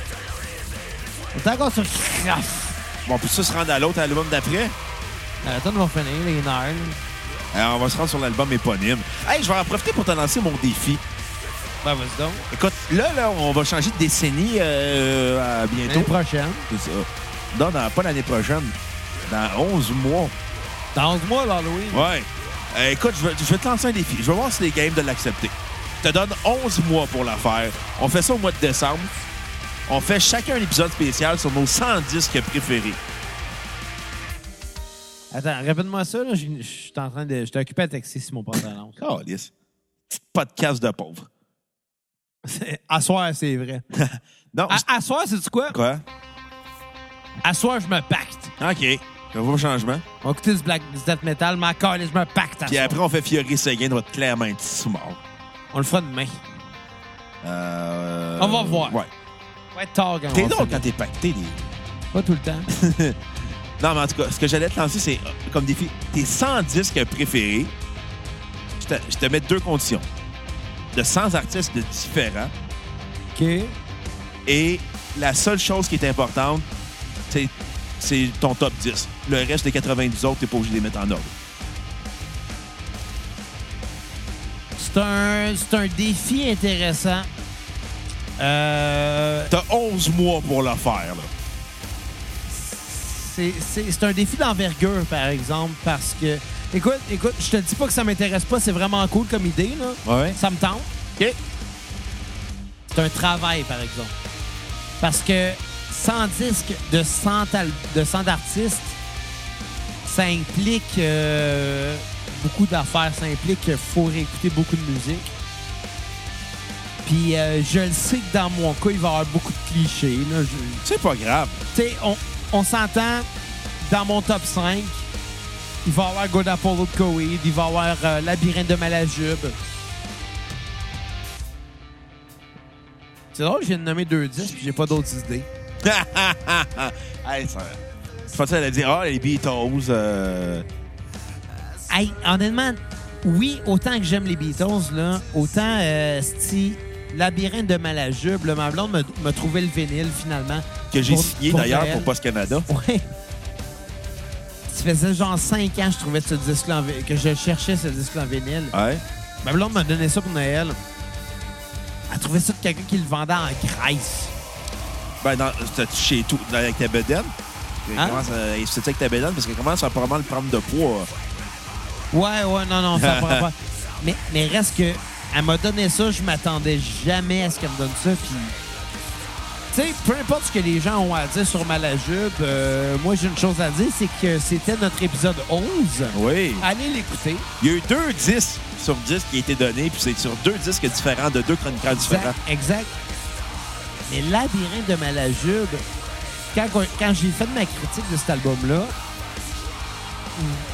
On est encore sur... Bon, peut ça se rendre à l'autre album d'après? La tune va finir, les nerfs. Alors, on va se rendre sur l'album éponyme. Hey, je vais en profiter pour te lancer mon défi. Ben, vas-y donc. Écoute, là, là, on va changer de décennie euh, à bientôt. L'année prochaine. C'est ça. Non, dans- pas l'année prochaine. Dans 11 mois. Dans 11 mois, l'Halloween. Ouais. Euh, écoute, je vais, je vais te lancer un défi. Je vais voir si les games de l'accepter. Je te donne 11 mois pour la faire. On fait ça au mois de décembre. On fait chacun un épisode spécial sur nos 100 disques préférés. Attends, répète-moi ça. là. Je je suis en train de. Je t'ai occupé à texter Simon Pantalon. Calice. Petit podcast de pauvre. à soir, c'est vrai. Non, c'est- À, à soir, c'est quoi? quoi? À soir, je me pacte. OK. Je vais voir le changement. On va écouter du black du death metal, mais encore, je me pacte. à Puis soir. après, on fait Fiori Seguin, on va être clairement être sous-mort. On le fera demain. Euh... On va voir. Ouais. Ouais, tard quand T'es on va drôle faire quand t'es pacté. les- ça. Pas tout le temps. Non, mais en tout cas, ce que j'allais te lancer, c'est euh, comme défi, tes 100 disques préférés. Je te, je te mets deux conditions. De 100 artistes de différents. OK. Et la seule chose qui est importante, c'est, c'est ton top 10. Le reste des 90 autres, t'es pas obligé de les mettre en ordre. C'est un, c'est un défi intéressant. Euh, T'as 11 mois pour le faire. Là. c'est- c'est c'est un défi d'envergure, par exemple, parce que. Écoute, écoute, je te dis pas que ça m'intéresse pas, c'est vraiment cool comme idée, là. Ouais. Ça me tente. OK. C'est un travail, par exemple. Parce que 100 disques de 100, al- de 100 artistes, ça implique euh, beaucoup d'affaires. Ça implique qu'il faut réécouter beaucoup de musique. Puis euh, je le sais que dans mon cas, il va y avoir beaucoup de clichés. là. Je- C'est pas grave. tu sais, on, on s'entend dans mon top 5. Il va y avoir Good Apollo de Coed, il va y avoir euh, Labyrinthe de Malajube. C'est drôle, j'ai nommé deux disques puis j'ai pas d'autres idées. hey, ça... Je pensais qu'elle allait dire, ah, les Beatles. euh, Hey, honnêtement, oui, autant que j'aime les Beatles, là, autant euh, si Labyrinthe de Malajube, là, ma blonde me- me trouvait le vinyle finalement. que j'ai Pour- signé pour d'ailleurs Noël. pour Post Canada. Ouais. Ça faisait genre 5 ans que je trouvais ce disque que je cherchais ce disque en vinyle. Ouais. Ah, Ma blonde m'a donné ça pour Noël. Elle trouvait ça de quelqu'un qui le vendait en Grèce. Ben, dans, t'as-tu chez tout, dans- avec ta bedaine. Hein? C'est avec ta bedaine parce qu'elle commence à vraiment le prendre de poids. Ouais, ouais, non, non, ça prend pas. Mais, mais reste que, elle m'a donné ça, je m'attendais jamais à ce qu'elle me donne ça. Puis, tu sais, peu importe ce que les gens ont à dire sur Malajube, euh, moi j'ai une chose à dire, c'est que c'était notre épisode 11. Oui. Allez l'écouter. Il y a eu deux disques sur 10 qui a été donné, puis c'est sur deux disques différents de deux chroniqueurs différents. Exact, exact. Mais Labyrinthe de Malajube, quand, on- quand j'ai fait ma critique de cet album-là,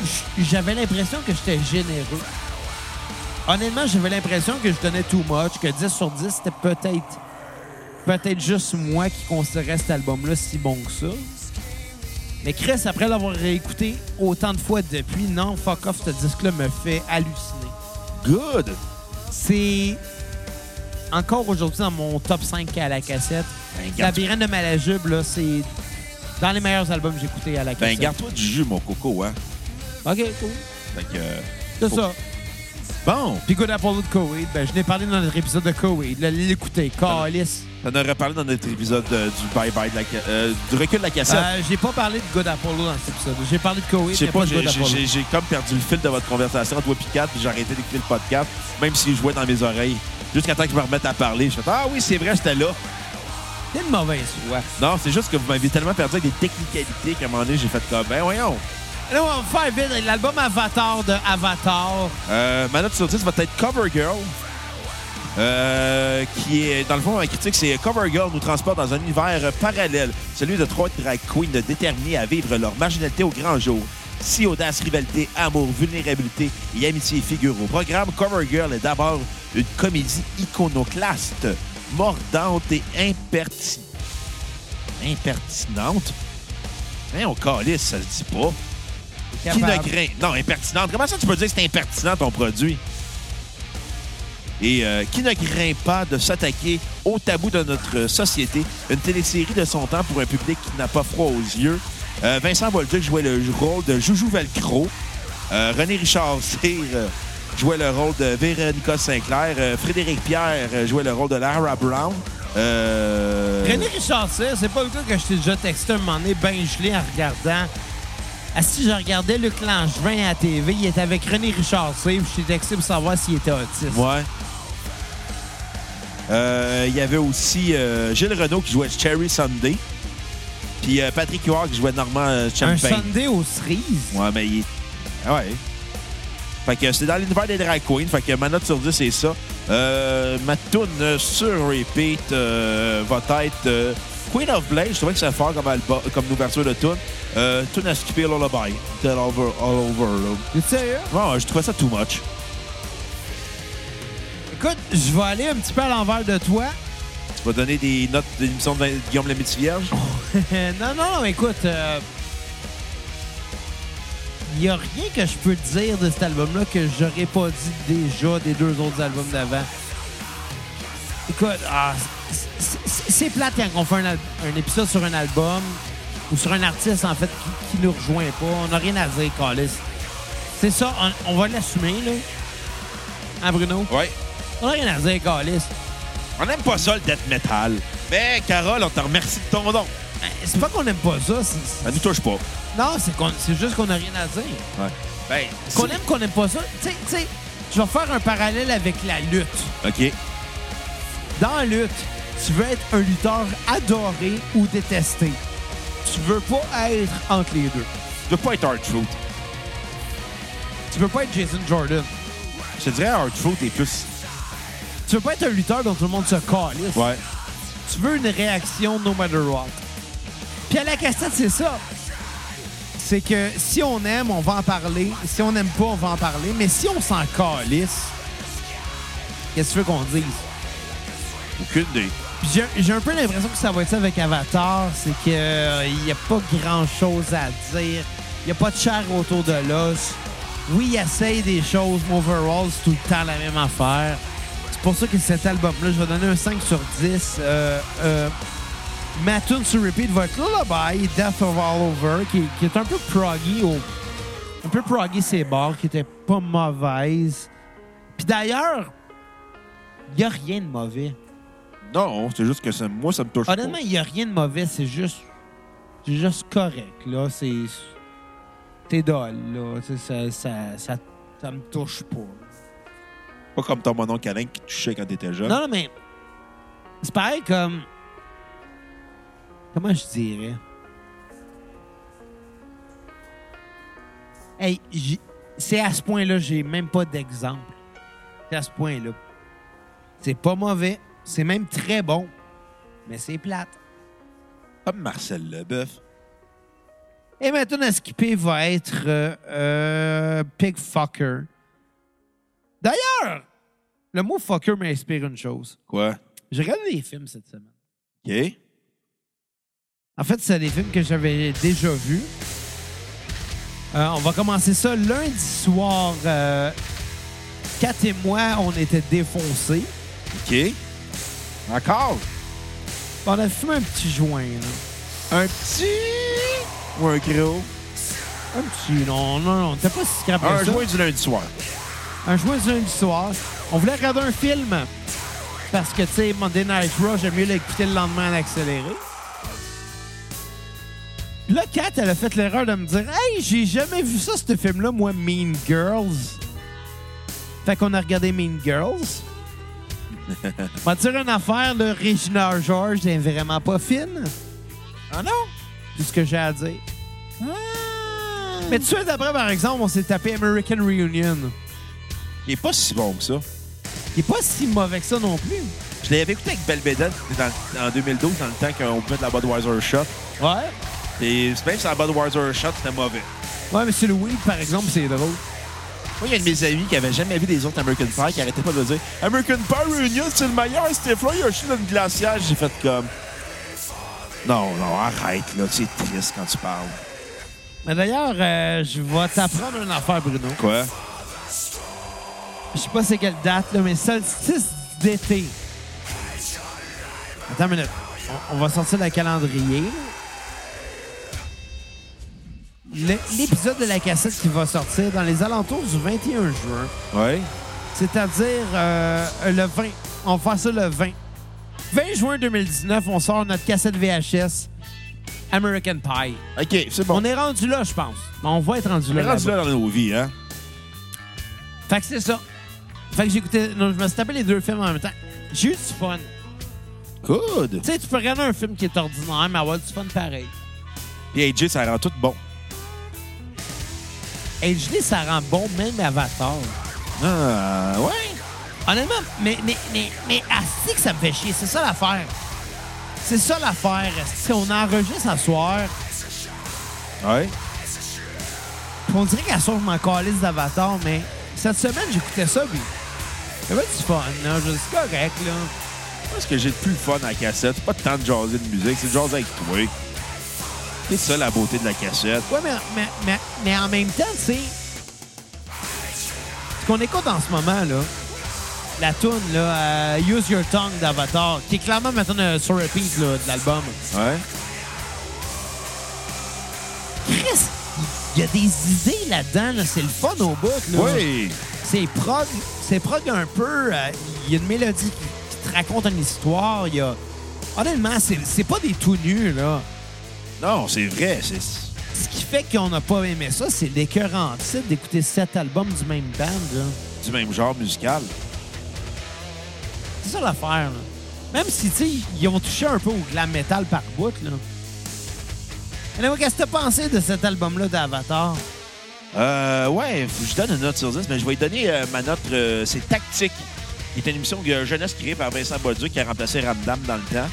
j- j'avais l'impression que j'étais généreux. Honnêtement, j'avais l'impression que je donnais too much, que 10 sur 10, c'était peut-être peut-être juste moi qui considérais cet album-là si bon que ça. Mais Chris, après l'avoir réécouté autant de fois depuis, non, fuck off, ce disque-là me fait halluciner Good. c'est encore aujourd'hui dans mon top 5 à la cassette. Ben, garde- Labyrinthe de Malajube, là, c'est dans les meilleurs albums que j'ai écoutés à la Ben, cassette. garde-toi du jus, mon coco, hein. OK, cool. Fait que, euh, C'est Faut- ça. Bon, Puis Good Apollo de Koweït, ben, je n'ai parlé dans notre épisode de Koweït. Là, L'écouter, Ah Calis. on en aurait parlé dans notre épisode euh, du bye-bye, de la ca- euh, du recul de la cassette. Euh, j'ai pas parlé de Good Apollo dans cet épisode. J'ai parlé de Koweït, Je sais mais pas, pas, de Good j'ai- Apollo. j'ai j'ai comme perdu le fil de votre conversation entre toi et Kat, puis j'ai arrêté d'écouter le podcast, même s'il jouait dans mes oreilles. Jusqu'à temps que je me remette à parler. Je fais Ah oui, c'est vrai, j'étais là. T'es une mauvaise foi. Non, c'est juste que vous m'avez tellement perdu avec des technicalités qu'à un moment donné, j'ai fait comme Ben voyons. Là, on va faire vite l'album Avatar de Avatar. Euh, ma note sur 10 va être Cover Girl. Euh, qui est, dans le fond, ma critique, c'est Cover Girl nous transporte dans un univers euh, parallèle, celui de trois drag queens déterminés à vivre leur marginalité au grand jour. Si audace, rivalité, amour, vulnérabilité et amitié figurent au programme, Cover Girl est d'abord une comédie iconoclaste, mordante et imperti- impertinente. Hein, on calisse, ça se dit pas. Qui ne Capable. craint. Non, impertinente. Comment ça, tu peux dire que c'est impertinent ton produit? Et euh, qui ne craint pas de s'attaquer au tabou de notre euh, société? Une télésérie de son temps pour un public qui n'a pas froid aux yeux. Euh, Vincent Bolduc jouait le rôle de Joujou Velcro. Euh, René Richard Cyr euh, jouait le rôle de Véronica Sinclair. Euh, Frédéric Pierre euh, jouait le rôle de Lara Brown. Euh, René Richard Cyr, c'est pas le gars que je t'ai déjà texté un moment donné, ben gelé en regardant. Ah, si je regardais Luc Langevin à la TV, il était avec René Richard Cyr, puis je t'ai texté pour savoir s'il était autiste. Ouais. Euh, Il y avait aussi euh, Gilles Renaud qui jouait Cherry Sunday. Puis euh, Patrick Huard qui jouait Normand euh, Un Champagne. Sunday aux cerises. Ouais, mais il est- Ah Ouais. Fait que c'est dans l'univers des drag queens. Fait que ma note sur 10, c'est ça. Euh, ma toune sur repeat euh, va être euh, Queen of Blade. Je trouvais que c'est fort comme, alba- comme ouverture de toune. Euh, toune à skipper Lullaby. All over, all over. là. T'es sérieux? Bon, je trouvais ça too much. Écoute, je vais aller un petit peu à l'envers de toi. Tu vas donner des notes de l'émission de Vin- Guillaume Lemaitre-Vierge? non, non, non, écoute. euh, Il n'y a rien que je peux te dire de cet album-là que j'aurais pas dit déjà des deux autres albums d'avant. Écoute, ah, c- c- c'est c'est plate quand on fait un, al- un épisode sur un album ou sur un artiste, en fait, qui, qui nous rejoint pas. On n'a rien à dire, Calis. C'est ça, on, on va l'assumer, là. Hein, Bruno? Ouais. On n'a rien à dire, Calis. On n'aime pas ça, le death metal. Mais, Carole, on te remercie de ton don. Ben, C'est pas qu'on n'aime pas ça. c'est- Ça nous c'est- touche pas. Non, c'est qu'on- c'est juste qu'on n'a rien à dire. Ouais. Ben, Qu'on c'est- aime, qu'on aime pas ça. Tu sais, tu sais, je vais faire un parallèle avec la lutte. OK. Dans la lutte, tu veux être un lutteur adoré ou détesté. Tu veux pas être entre les deux. Tu veux pas être Hard Truth. Tu veux pas être Jason Jordan. Je te dirais Hard Truth est plus Tu veux pas être un lutteur dont tout le monde se calisse. Ouais. Tu veux une réaction no matter what. Puis à la cassette, c'est ça. C'est que si on aime, on va en parler. Si on n'aime pas, on va en parler. Mais si on s'en calisse, qu'est-ce que tu veux qu'on dise? Aucune idée. Puis J'ai j'ai un peu l'impression que ça va être ça avec Avatar, c'est que euh, il n'y a pas grand-chose à dire. Il n'y a pas de chair autour de l'os. Oui, il essaye des choses, mais overall, c'est tout le temps la même affaire. C'est pour ça que cet album-là, je vais donner un 5 sur 10. Euh, euh, ma tune sur repeat va être Lullaby, Death of All Over, qui, qui est un peu proggy au... Un peu proggy ses bars, qui était pas mauvaise. Puis d'ailleurs, il n'y a rien de mauvais. Non, c'est juste que ça- moi, ça me touche Honnêtement, il n'y a rien de mauvais, c'est juste. C'est juste correct, là. C'est. T'es dol, là. Tu sais, Ça, ça, ça, ça me touche pas. pas. Pas comme ton monon câlin qui te touchait quand t'étais jeune. Non, non, mais. C'est pareil comme. Comment je dirais? Hey, j'ai- c'est à ce point-là, j'ai même pas d'exemple. C'est à ce point-là. C'est pas mauvais. C'est même très bon. Mais c'est plate. Comme Marcel Leboeuf. Et maintenant, à ben, skipper va être euh, euh, Pig Fucker. D'ailleurs, le mot fucker m'inspire une chose. Quoi? J'ai regardé des films cette semaine. OK? En fait, c'est des films que j'avais déjà vus. Euh, on va commencer ça lundi soir. Euh, Kat et moi, on était défoncés. OK? Encore? On a fumé un petit joint. là. Un petit ou un gros? Un petit, non, non, non. T'as pas si scrapé Un ça. joint du lundi soir. un joint du lundi soir. On voulait regarder un film parce que, tu sais, Monday Night Raw, j'aime mieux l'écouter le lendemain en accéléré. Puis Là, Kat, elle a fait l'erreur de me dire Hey, j'ai jamais vu ça, ce film-là, moi, Mean Girls. Fait qu'on a regardé Mean Girls. On va dire une affaire, le Regina George est vraiment pas fine. Ah non? C'est ce que j'ai à dire. Mais tout de suite après, par exemple, on s'est tapé American Reunion. Il est pas si bon que ça. Il est pas si mauvais que ça non plus. Je l'avais écouté avec Belvedere dans- en 2012, dans le temps qu'on pouvait de la Budweiser Shot. Ouais. Et même si la Budweiser Shot, c'était mauvais. Ouais, mais sur le weed, par exemple, c'est drôle. Moi, il y a un de mes amis qui avait jamais vu des autres American Pie qui arrêtait pas de dire American Pie Reunion, c'est le meilleur, Steve Roy, il a chier dans une glacière. J'ai fait comme. Non, non, arrête, là, c'est triste quand tu parles. Mais d'ailleurs, euh, je vais t'apprendre une affaire, Bruno. Quoi? Je sais pas c'est quelle date, là, mais solstice d'été. Attends une minute. On, on va sortir le calendrier. Le- L'épisode de la cassette qui va sortir dans les alentours du 21 juin, Ouais? c'est-à-dire euh, le 20. On va faire ça le 20. 20 juin 2019, on sort notre cassette VHS American Pie. Ok, c'est bon. On est rendu là, je pense. On va être rendu On là. est rendu là-bas. là dans nos vies, hein? Fait que c'est ça. Fait que j'écoutais. Non, je me suis tapé les deux films en même temps. J'ai eu du fun. Good! Tu sais, tu peux regarder un film qui est ordinaire, mais avoir du fun pareil. Et AJ, ça rend tout bon. HD, ça rend bon, même Avatar. Ah, ouais? Honnêtement, mais, mais, mais, mais, asti que ça me fait chier. C'est ça l'affaire. C'est ça l'affaire. Si on enregistre à soir, Ouais? puis on dirait qu'à soir, je m'en calisse d'Avatar, mais cette semaine, j'écoutais ça, puis j'avais du fun, là. Je c'est correct, là. Moi, ce que j'ai de plus fun à la cassette, c'est pas tant de jaser de musique, c'est de jaser avec toi. C'est ça la beauté de la cassette. Ouais, mais, mais, mais, mais en même temps, tu sais, ce qu'on écoute en ce moment, là, la toune, là, euh, Use Your Tongue d'Avatar, qui est clairement maintenant euh, sur repeat là, de l'album. Ouais? Chris, il y a des idées là-dedans, là, c'est le fun au bout. Là. Oui! C'est prog, c'est prog un peu. euh, Il y a une mélodie qui, qui te raconte une histoire. Il y a... Honnêtement, c'est, c'est pas des tout nus, là. Non, c'est vrai, c'est. Ce qui fait qu'on n'a pas aimé ça, c'est l'écœurant titre d'écouter sept albums du même band, là. du même genre musical. C'est ça l'affaire. là. Même si, tu sais, ils ont touché un peu au glam metal par bout, là. Alors, qu'est-ce que t'as pensé de cet album-là d'Avatar? Euh, ouais, faut que je donne une note sur 10, mais je vais lui donner euh, ma note, euh, c'est tactique. qui était une émission que jeunesse créée par Vincent Bolduc qui a remplacé Ramdam dans le temps.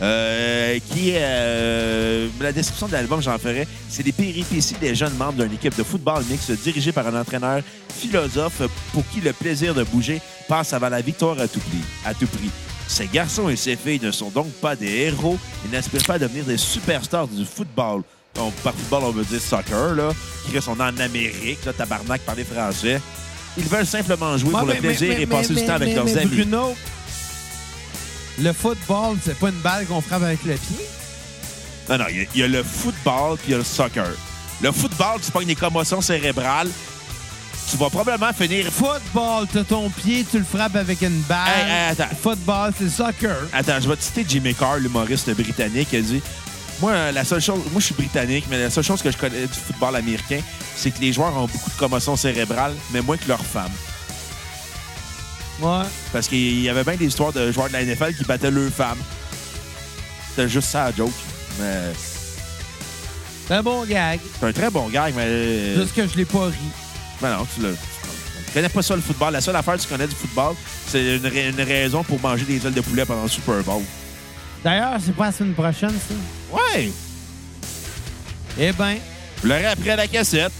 Euh, qui euh, la description de l'album, j'en ferai, c'est les péripéties des jeunes membres d'une équipe de football mixte dirigée par un entraîneur philosophe pour qui le plaisir de bouger passe avant la victoire à tout prix. À tout prix. Ces garçons et ces filles ne sont donc pas des héros et n'aspirent pas à devenir des superstars du football. Donc, par football, on veut dire soccer, là, qui reste en Amérique, là, tabarnak, parler français. Ils veulent simplement jouer Ouais, pour mais- le plaisir mais- et mais- passer mais- du temps avec mais- leurs mais amis. Bruno, le football, c'est pas une balle qu'on frappe avec le pied. Non, non, il y a- il y, a le football puis il y a le soccer. Le football, tu pognes des commotions cérébrales. Tu vas probablement finir. Football, t'as ton pied, tu le frappes avec une balle. Hey, hey, attends. Football, c'est soccer. Attends, je vais te citer Jimmy Carr, l'humoriste britannique, qui a dit Moi, la seule chose. Moi, je suis britannique, mais la seule chose que je connais du football américain, c'est que les joueurs ont beaucoup de commotions cérébrales, mais moins que leurs femmes. Ouais. Parce qu'il y avait bien des histoires de joueurs de la NFL qui battaient leurs femmes. C'était juste ça la joke. Mais C'est un bon gag. c'est un très bon gag, mais. euh, Juste que je l'ai pas ri. Ben non, tu le. Tu connais pas ça le football. La seule affaire que tu connais du football, c'est une, ra- une raison pour manger des ailes de poulet pendant le Super Bowl. D'ailleurs, c'est pas la semaine prochaine, ça. Ouais! Eh ben, Je l'aurais après la cassette.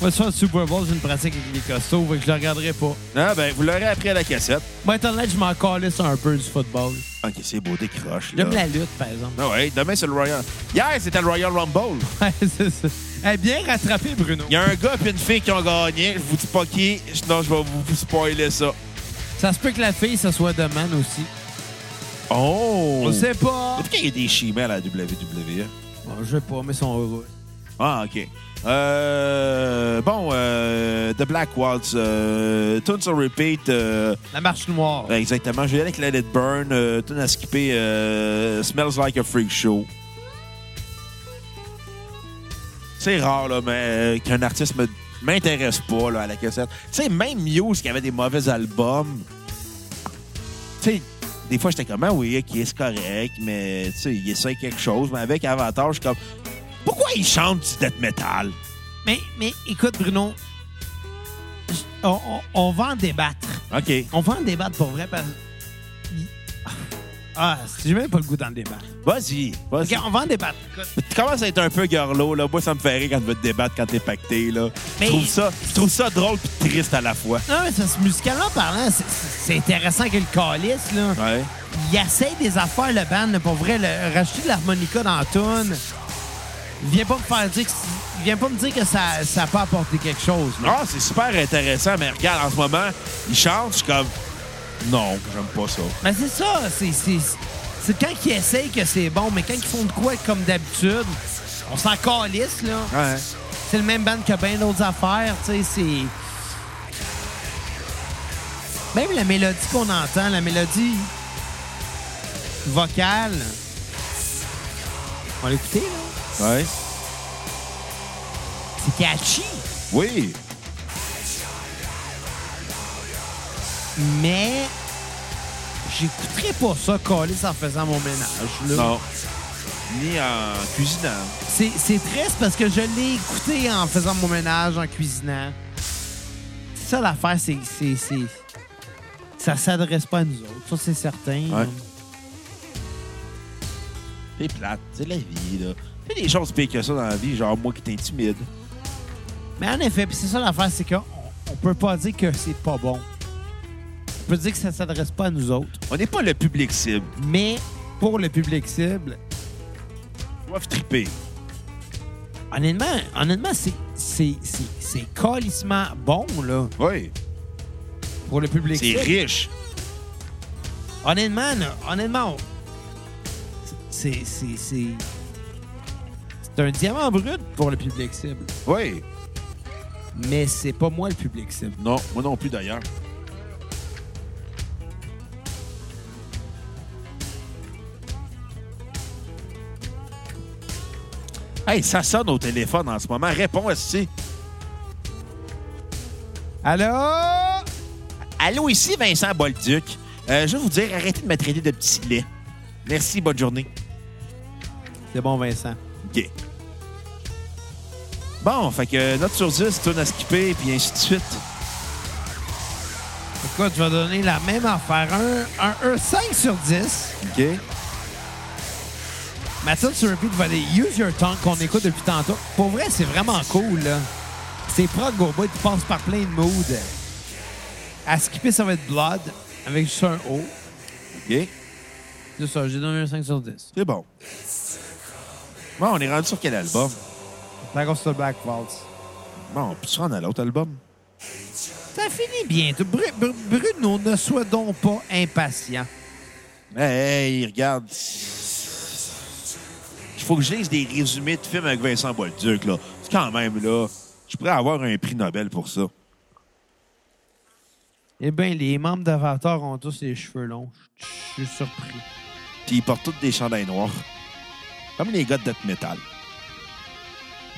moi, sur le Super Bowl, j'ai une pratique avec les costauds, fait que je le regarderai pas. Ah ben, vous l'aurez après la cassette. Moi, étant honnête, je m'en calisse un peu du football. Ok, c'est beau, décroche. Là. J'aime la lutte, par exemple. Ah ouais, demain c'est le Royal. Hier, c'était le Royal Rumble. Ouais, c'est ça. Eh bien rattrapé, Bruno. Il y a un gars et une fille qui ont gagné. Je vous dis pas qui. Non, je vais vous spoiler ça. Ça se peut que la fille, ça soit de man aussi. Oh! On sait pas. Depuis quand il y a des chimères à la E? WWE? Bon, je sais pas, mais ils sont heureux. Ah, OK. Euh, bon, euh, The Black Waltz, euh, Tunes on Repeat, euh, La marche noire. Ouais, Exactement. Je vais aller avec Let It Burn. Euh, tune à skipper euh, Smells Like a Freak Show. C'est rare, là, mais euh, qu'un artiste me m'intéresse pas là, à la cassette. Tu sais, même Muse qui avait des mauvais albums. Tu sais, des fois, j'étais comme, ah oui, ok, c'est correct, mais tu sais, il essaye quelque chose. Mais avec Avatar, je suis comme, pourquoi il chante du death metal? Mais, mais écoute, Bruno, je- on, on- on va en débattre. Ok. On va en débattre pour vrai parce Ah, si j'ai même pas le goût d'en débattre. Vas-y. Vas OK, on va en débattre. Écoute, Tu commences à être un peu garlot, là. Moi, ça me fait rire quand tu veux te débattre, quand t'es pacté, là. Mais- Je, trouve ça, je trouve ça drôle puis triste à la fois. Non, mais c'est- musicalement parlant, c'est- c'est c'est intéressant que le calice, là. Ouais. Il essaie des affaires, le band, là, pour vrai. le- rajouter de l'harmonica dans la toune. Viens pas me faire dire que... Viens pas me dire que ça ça a pas apporté quelque chose, là. Ah, c'est super intéressant, mais regarde, en ce moment, il chante, je suis comme... Non, j'aime pas ça. Mais c'est ça, c'est, c'est, c'est quand ils essayent que c'est bon, mais quand ils font de quoi comme d'habitude, on s'en calisse, là. Ouais. C'est le même band que bien d'autres affaires, tu sais, c'est... Même la mélodie qu'on entend, la mélodie vocale, on l'écoutait, là, Ouais. c'est catchy, Oui. mais j'écouterais pas ça calisse en faisant mon ménage, là. Non. Ni en cuisinant. C'est c'est triste parce que je l'ai écouté en faisant mon ménage, en cuisinant. C'est ça l'affaire, c'est. c'est- c'est- Ça s'adresse pas à nous autres, ça c'est certain. Ouais. C'est plate, c'est la vie, là. Fais des choses pires que ça dans la vie, genre moi qui t'intimide. Mais en effet, puis c'est ça l'affaire, c'est qu'on on peut pas dire que c'est pas bon. On peut dire que ça s'adresse pas à nous autres. On n'est pas le public cible. Mais pour le public cible, Ils doivent triper. honnêtement, honnêtement, c'est. C'est. C'est. C'est calissement bon, là, Oui. pour le public C'est cible. riche. Honnêtement, là, honnêtement, on- c'est. C'est. C'est c'est un diamant brut pour le public cible. Oui. Mais c'est pas moi le public cible. Non, moi non plus d'ailleurs. Hey, ça sonne au téléphone en ce moment. Réponds ici. Allô? Allô, ici Vincent Bolduc. Euh, je vais vous dire, arrêtez de me traiter de petit lait. Merci, bonne journée. C'est bon, Vincent. OK. Bon, fait que notre sur 10, tourne à skipper, puis ainsi de suite. Fait Écoute, je vais donner la même affaire. Un, un, un 5 sur 10. OK. Mathilde sur repeat va aller Use Your Tongue qu'on écoute depuis tantôt. Pour vrai, c'est vraiment cool. là. C'est prog au bout, tu passes par plein de moods. À skipper, ça va être Blood avec juste un O. OK. C'est ça, j'ai donné un 5 sur 10. C'est bon. Bon, on est rendu sur quel album? Black Ops to Black Vaults. Bon, on peut se rendre à l'autre album? Ça finit bien. Tu- Bru- Bru- Bruno, ne sois donc pas impatient. Hey, regarde. Il faut que je lise des résumés de films avec Vincent Bolduc, là. C'est quand même, là. Je pourrais avoir un prix Nobel pour ça. Eh bien, les membres d'Avatar ont tous les cheveux longs. Je je suis surpris. Puis ils portent tous des chandails noirs. Comme les gars de death metal.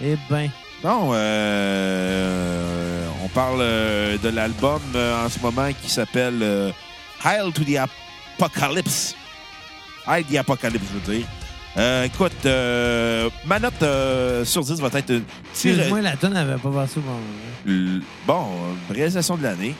Eh bien, Non, euh, on parle euh, de l'album euh, en ce moment qui s'appelle euh, Hail to the Apocalypse. Hail the Apocalypse, je veux dire. Euh, écoute, euh, ma note euh, sur 10 va être une petite- excuse-moi, la tonne n'avait pas passé au bon moment. L- Bon, euh, réalisation de l'année.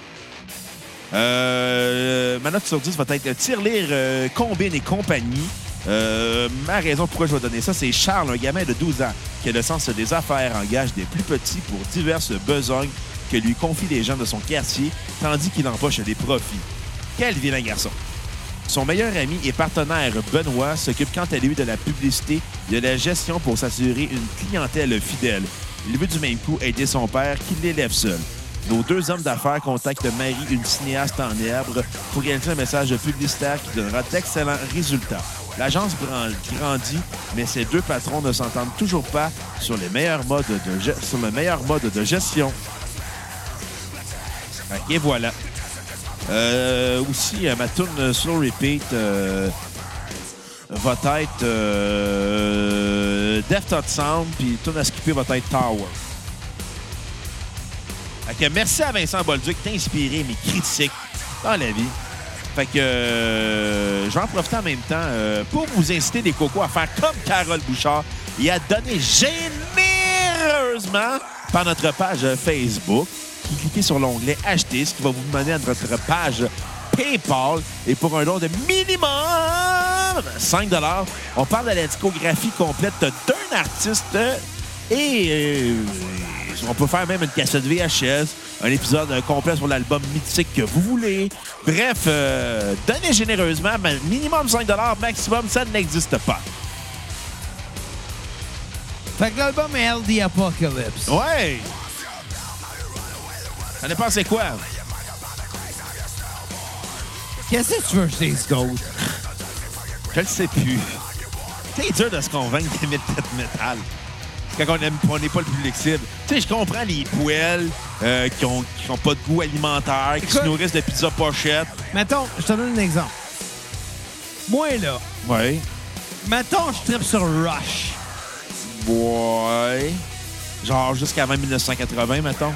Euh, ma note sur 10 va être Tirelire, euh, Combine et compagnie. Euh, ma raison pourquoi je vais donner ça, c'est Charles, un gamin de 12 ans, qui a le sens des affaires, engage des plus petits pour diverses besognes que lui confient les gens de son quartier, tandis qu'il empoche des profits. Quel vilain garçon! Son meilleur ami et partenaire, Benoît, s'occupe quant à lui de la publicité et de la gestion pour s'assurer une clientèle fidèle. Il veut du même coup aider son père qui l'élève seul. Nos deux hommes d'affaires contactent Marie, une cinéaste en herbe, pour réaliser un message publicitaire qui donnera d'excellents résultats. L'agence bran- grandit, mais ses deux patrons ne s'entendent toujours pas sur, les meilleurs modes de ge- sur le meilleur mode de gestion. Ben, Et voilà. Euh, aussi, euh, ma tune sur repeat euh, va être euh, Death Touch Sound, puis tune à skipper va être Tower. Fait que merci à Vincent Bolduc d'inspirer mes critiques dans la vie. Fait que euh, je vais en profiter en même temps euh, pour vous inciter les cocos à faire comme Carole Bouchard et à donner généreusement par notre page Facebook. Puis Cliquez sur l'onglet Acheter, ce qui va vous mener à notre page PayPal. Et pour un don de minimum 5 on parle de la discographie complète d'un artiste et euh, on peut faire même une cassette VHS, un épisode euh, complet sur l'album mythique que vous voulez. Bref, euh, donnez généreusement, mais minimum 5 maximum, ça n'existe pas. Fait que l'album est LD Oh. Apocalypse. Ouais! Ça dépend c'est quoi? Qu'est-ce que tu veux que je dise, Gold? Je le sais plus. C'est dur de se convaincre d'aimer le death metal. Quand on aime- on n'est pas le public cible. Tu sais, je comprends les poêles euh, qui n'ont qui ont pas de goût alimentaire, qui se Écoute. nourrissent de pizza pochette. Mettons, je te donne un exemple. Moi, là, Ouais. mettons, je tripe sur Rush. Ouais. Genre jusqu'avant 1980, mettons.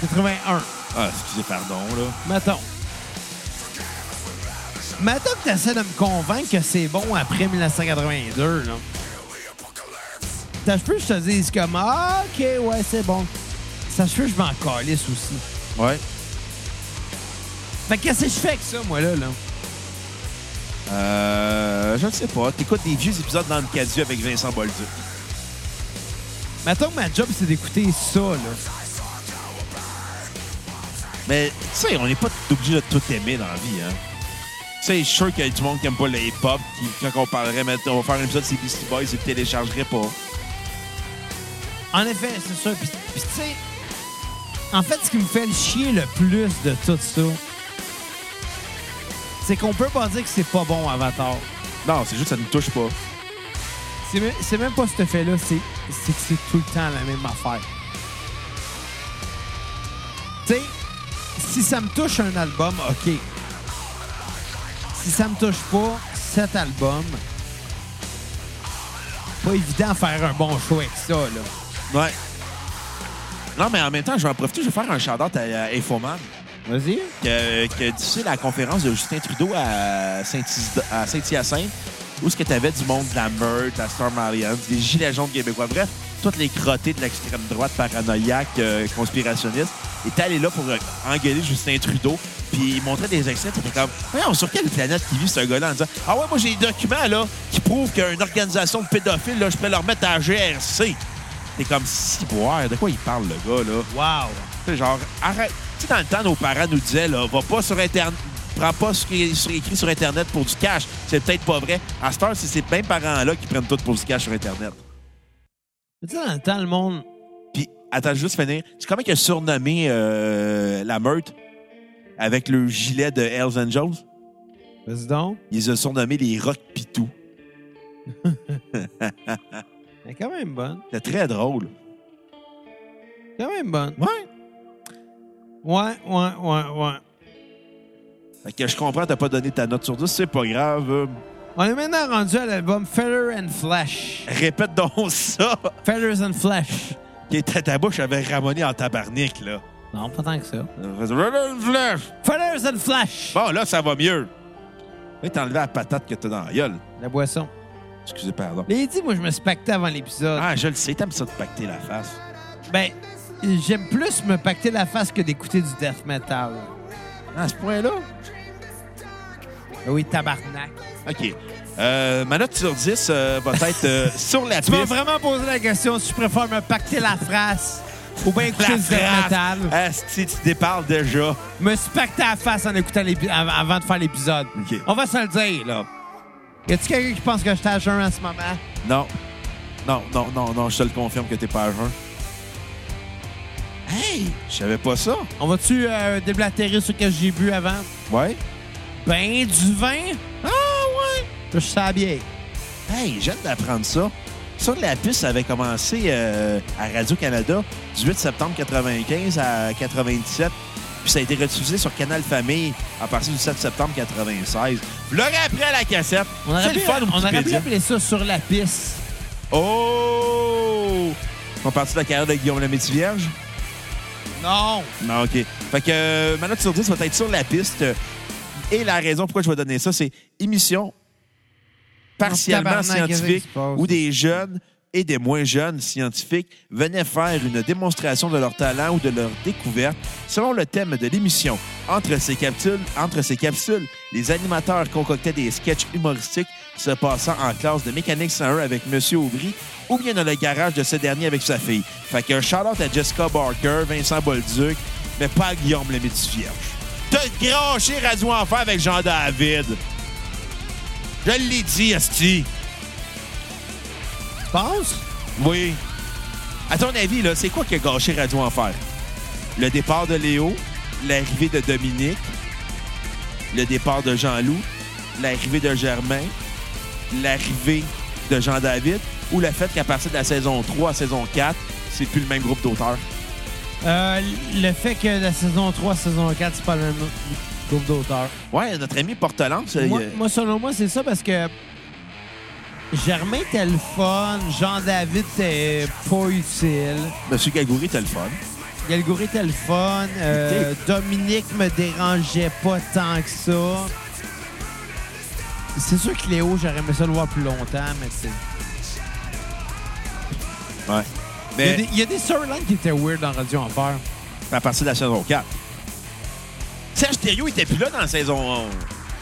81. Ah, excusez, pardon, là. Mettons. Mettons que t'essaies de me convaincre que c'est bon après 1982, là. Ça se peut que je te dise comme « Ah, OK, ouais, c'est bon. » Ça se peut que je m'en calisse aussi. Ouais. Fait que qu'est-ce que je fais avec ça, moi, là, là? Euh, je ne sais pas. T'écoutes des vieux épisodes dans le casier avec Vincent Bolduc. Mettons que ma job, c'est d'écouter ça, là. Mais, tu sais, on n'est pas obligé de tout aimer dans la vie, hein. Tu sais, je suis sûr qu'il y a du monde qui aime pas le hip-hop, qui, quand on parlerait, mettons, on va faire un épisode sur les Beastie Boys, ils le téléchargeraient pas. En effet, c'est ça. Puis, puis tu sais, en fait, ce qui me fait le chier le plus de tout ça, c'est qu'on peut pas dire que c'est pas bon, Avatar. Non, c'est juste que ça ne touche pas. C'est même, c'est même pas cet effet-là, c'est c'est que c'est tout le temps la même affaire. Tu sais, si ça me touche un album, OK. Si ça me touche pas, cet album, pas évident de faire un bon show avec ça, là. Ouais. Non, mais en même temps, je vais en profiter, je vais faire un shout-out à, à Infoman. Vas-y. que, que tu sais, la conférence de Justin Trudeau à Saint-Hyacinthe, à Saint-Hyacinthe, où ce que tu avais du monde de la meute, de la Storm Alliance, des gilets jaunes québécois, bref, toutes les crottés de l'extrême droite paranoïaque, euh, conspirationniste. était allé là pour euh, engueuler Justin Trudeau. Puis il montrait des extraits. C'était comme, voyons, sur quelle planète qui vit ce gars-là en disant Ah ouais, moi j'ai des documents là, qui prouvent qu'une organisation de pédophiles, là, je peux leur mettre à la GRC. T'es comme, si, boire, de quoi il parle, le gars, là? Wow. Tu sais, genre, arrête. Tu sais, dans le temps, nos parents nous disaient, là, va pas sur Internet. Prends pas ce qui est sur- écrit sur Internet pour du cash. C'est peut-être pas vrai. À cette heure, c'est ces mêmes parents-là qui prennent tout pour du cash sur Internet. Tu sais, dans le temps, le monde. Puis, attends, je veux juste finir. Tu sais comment il a surnommé euh, la meute avec le gilet de Hells Angels? Vas-y donc. Ils ont surnommé les Rock Pitou. Elle est quand même bonne. C'était très drôle. Quand même bonne. Ouais. Ouais, ouais, ouais, ouais. Fait que je comprends, t'as pas donné ta note sur 10, c'est pas grave. Euh, On est maintenant rendu à l'album Feather and Flash. répète donc ça. Feathers and Flash. Qui était ta bouche avait ramonné en tabarnak, là. Non, pas tant que ça. Euh, flash. Feathers and Flash. Bon, là, ça va mieux. Mais t'as enlevé la patate que t'as dans la gueule. La boisson. Excusez, pardon. Les dit, moi, je me suis pacté avant l'épisode. Ah, je le sais, t'aimes ça de pacter la face. Ben, j'aime plus me pacter la face que d'écouter du death metal. À ce point-là? Ben oui, tabarnak. OK. Euh, ma note sur 10 euh, va être euh, sur la Tu m'as piste. vraiment posé la question si je préfère me pacter la face ou bien La Euh. écouter du death metal. phrase. Asti, tu déparles déjà. Me suis pacté la face en écoutant l'épi- av- avant de faire l'épisode. OK. On va se le dire, là. Y a-tu quelqu'un qui pense que je suis à jeun en ce moment? Non. Non, non, non, non, je te le confirme que t'es pas à jeun. Hey! Je savais pas ça. On va-tu euh, déblatérer ce que j'ai bu avant? Ouais? Ben, du vin? Ah, ouais! Je suis à la bière. Hey, j'aime d'apprendre ça. Sur la piste, ça avait commencé euh, à Radio-Canada du 8 septembre 95 à 97. Puis ça a été rediffusé sur Canal Famille à partir du 7 septembre 96. Vous l'aurez appris à la cassette. On aurait, C'est pu, hein? le fun, on aurait pu Wikipédia. appeler ça sur la piste. Oh! On partit de la carrière de Guillaume Lemaitre-Vierge? Non! Non, OK. Fait que euh, ma note sur 10 va être sur la piste. Et la raison pourquoi je vais donner ça, c'est émission partiellement Tabarnak, qu'est-ce qui scientifique se passe? où des jeunes et des moins jeunes scientifiques venaient faire une démonstration de leur talent ou de leur découverte selon le thème de l'émission. Entre ces capsules, entre ces capsules, les animateurs concoctaient des sketchs humoristiques se passant en classe de mécanique 101 avec Monsieur Aubry ou bien dans le garage de ce dernier avec sa fille. Fait que shout-out à Jessica Barker, Vincent Bolduc, mais pas à Guillaume le Métis-Vierge. T'as gâché Radio Enfer avec Jean-David. Je l'ai dit, Asti. Tu penses? Oui. À ton avis, là, c'est quoi qui a gâché Radio Enfer? Le départ de Léo, l'arrivée de Dominique, le départ de Jean-Loup, l'arrivée de Germain, l'arrivée de Jean-David ou le fait qu'à partir de la saison 3 à saison 4, c'est plus le même groupe d'auteurs? Euh, le fait que la saison 3, saison 4, c'est pas le même groupe d'auteurs. Ouais, notre ami Portelance, euh, il- Moi, moi, selon moi, c'est ça parce que Germain était le fun, Jean-David était pas utile, Monsieur Gagouri, t'as le fun. Galgouré était le fun, euh, Dominique me dérangeait pas tant que ça. C'est sûr que Léo, j'aurais aimé ça le voir plus longtemps, mais c'est... Ouais. Il y a Mais des- il y a des storylines qui étaient weird dans Radio Enfer. à partir de la saison 4. Serge Thériault était plus là dans la saison 11.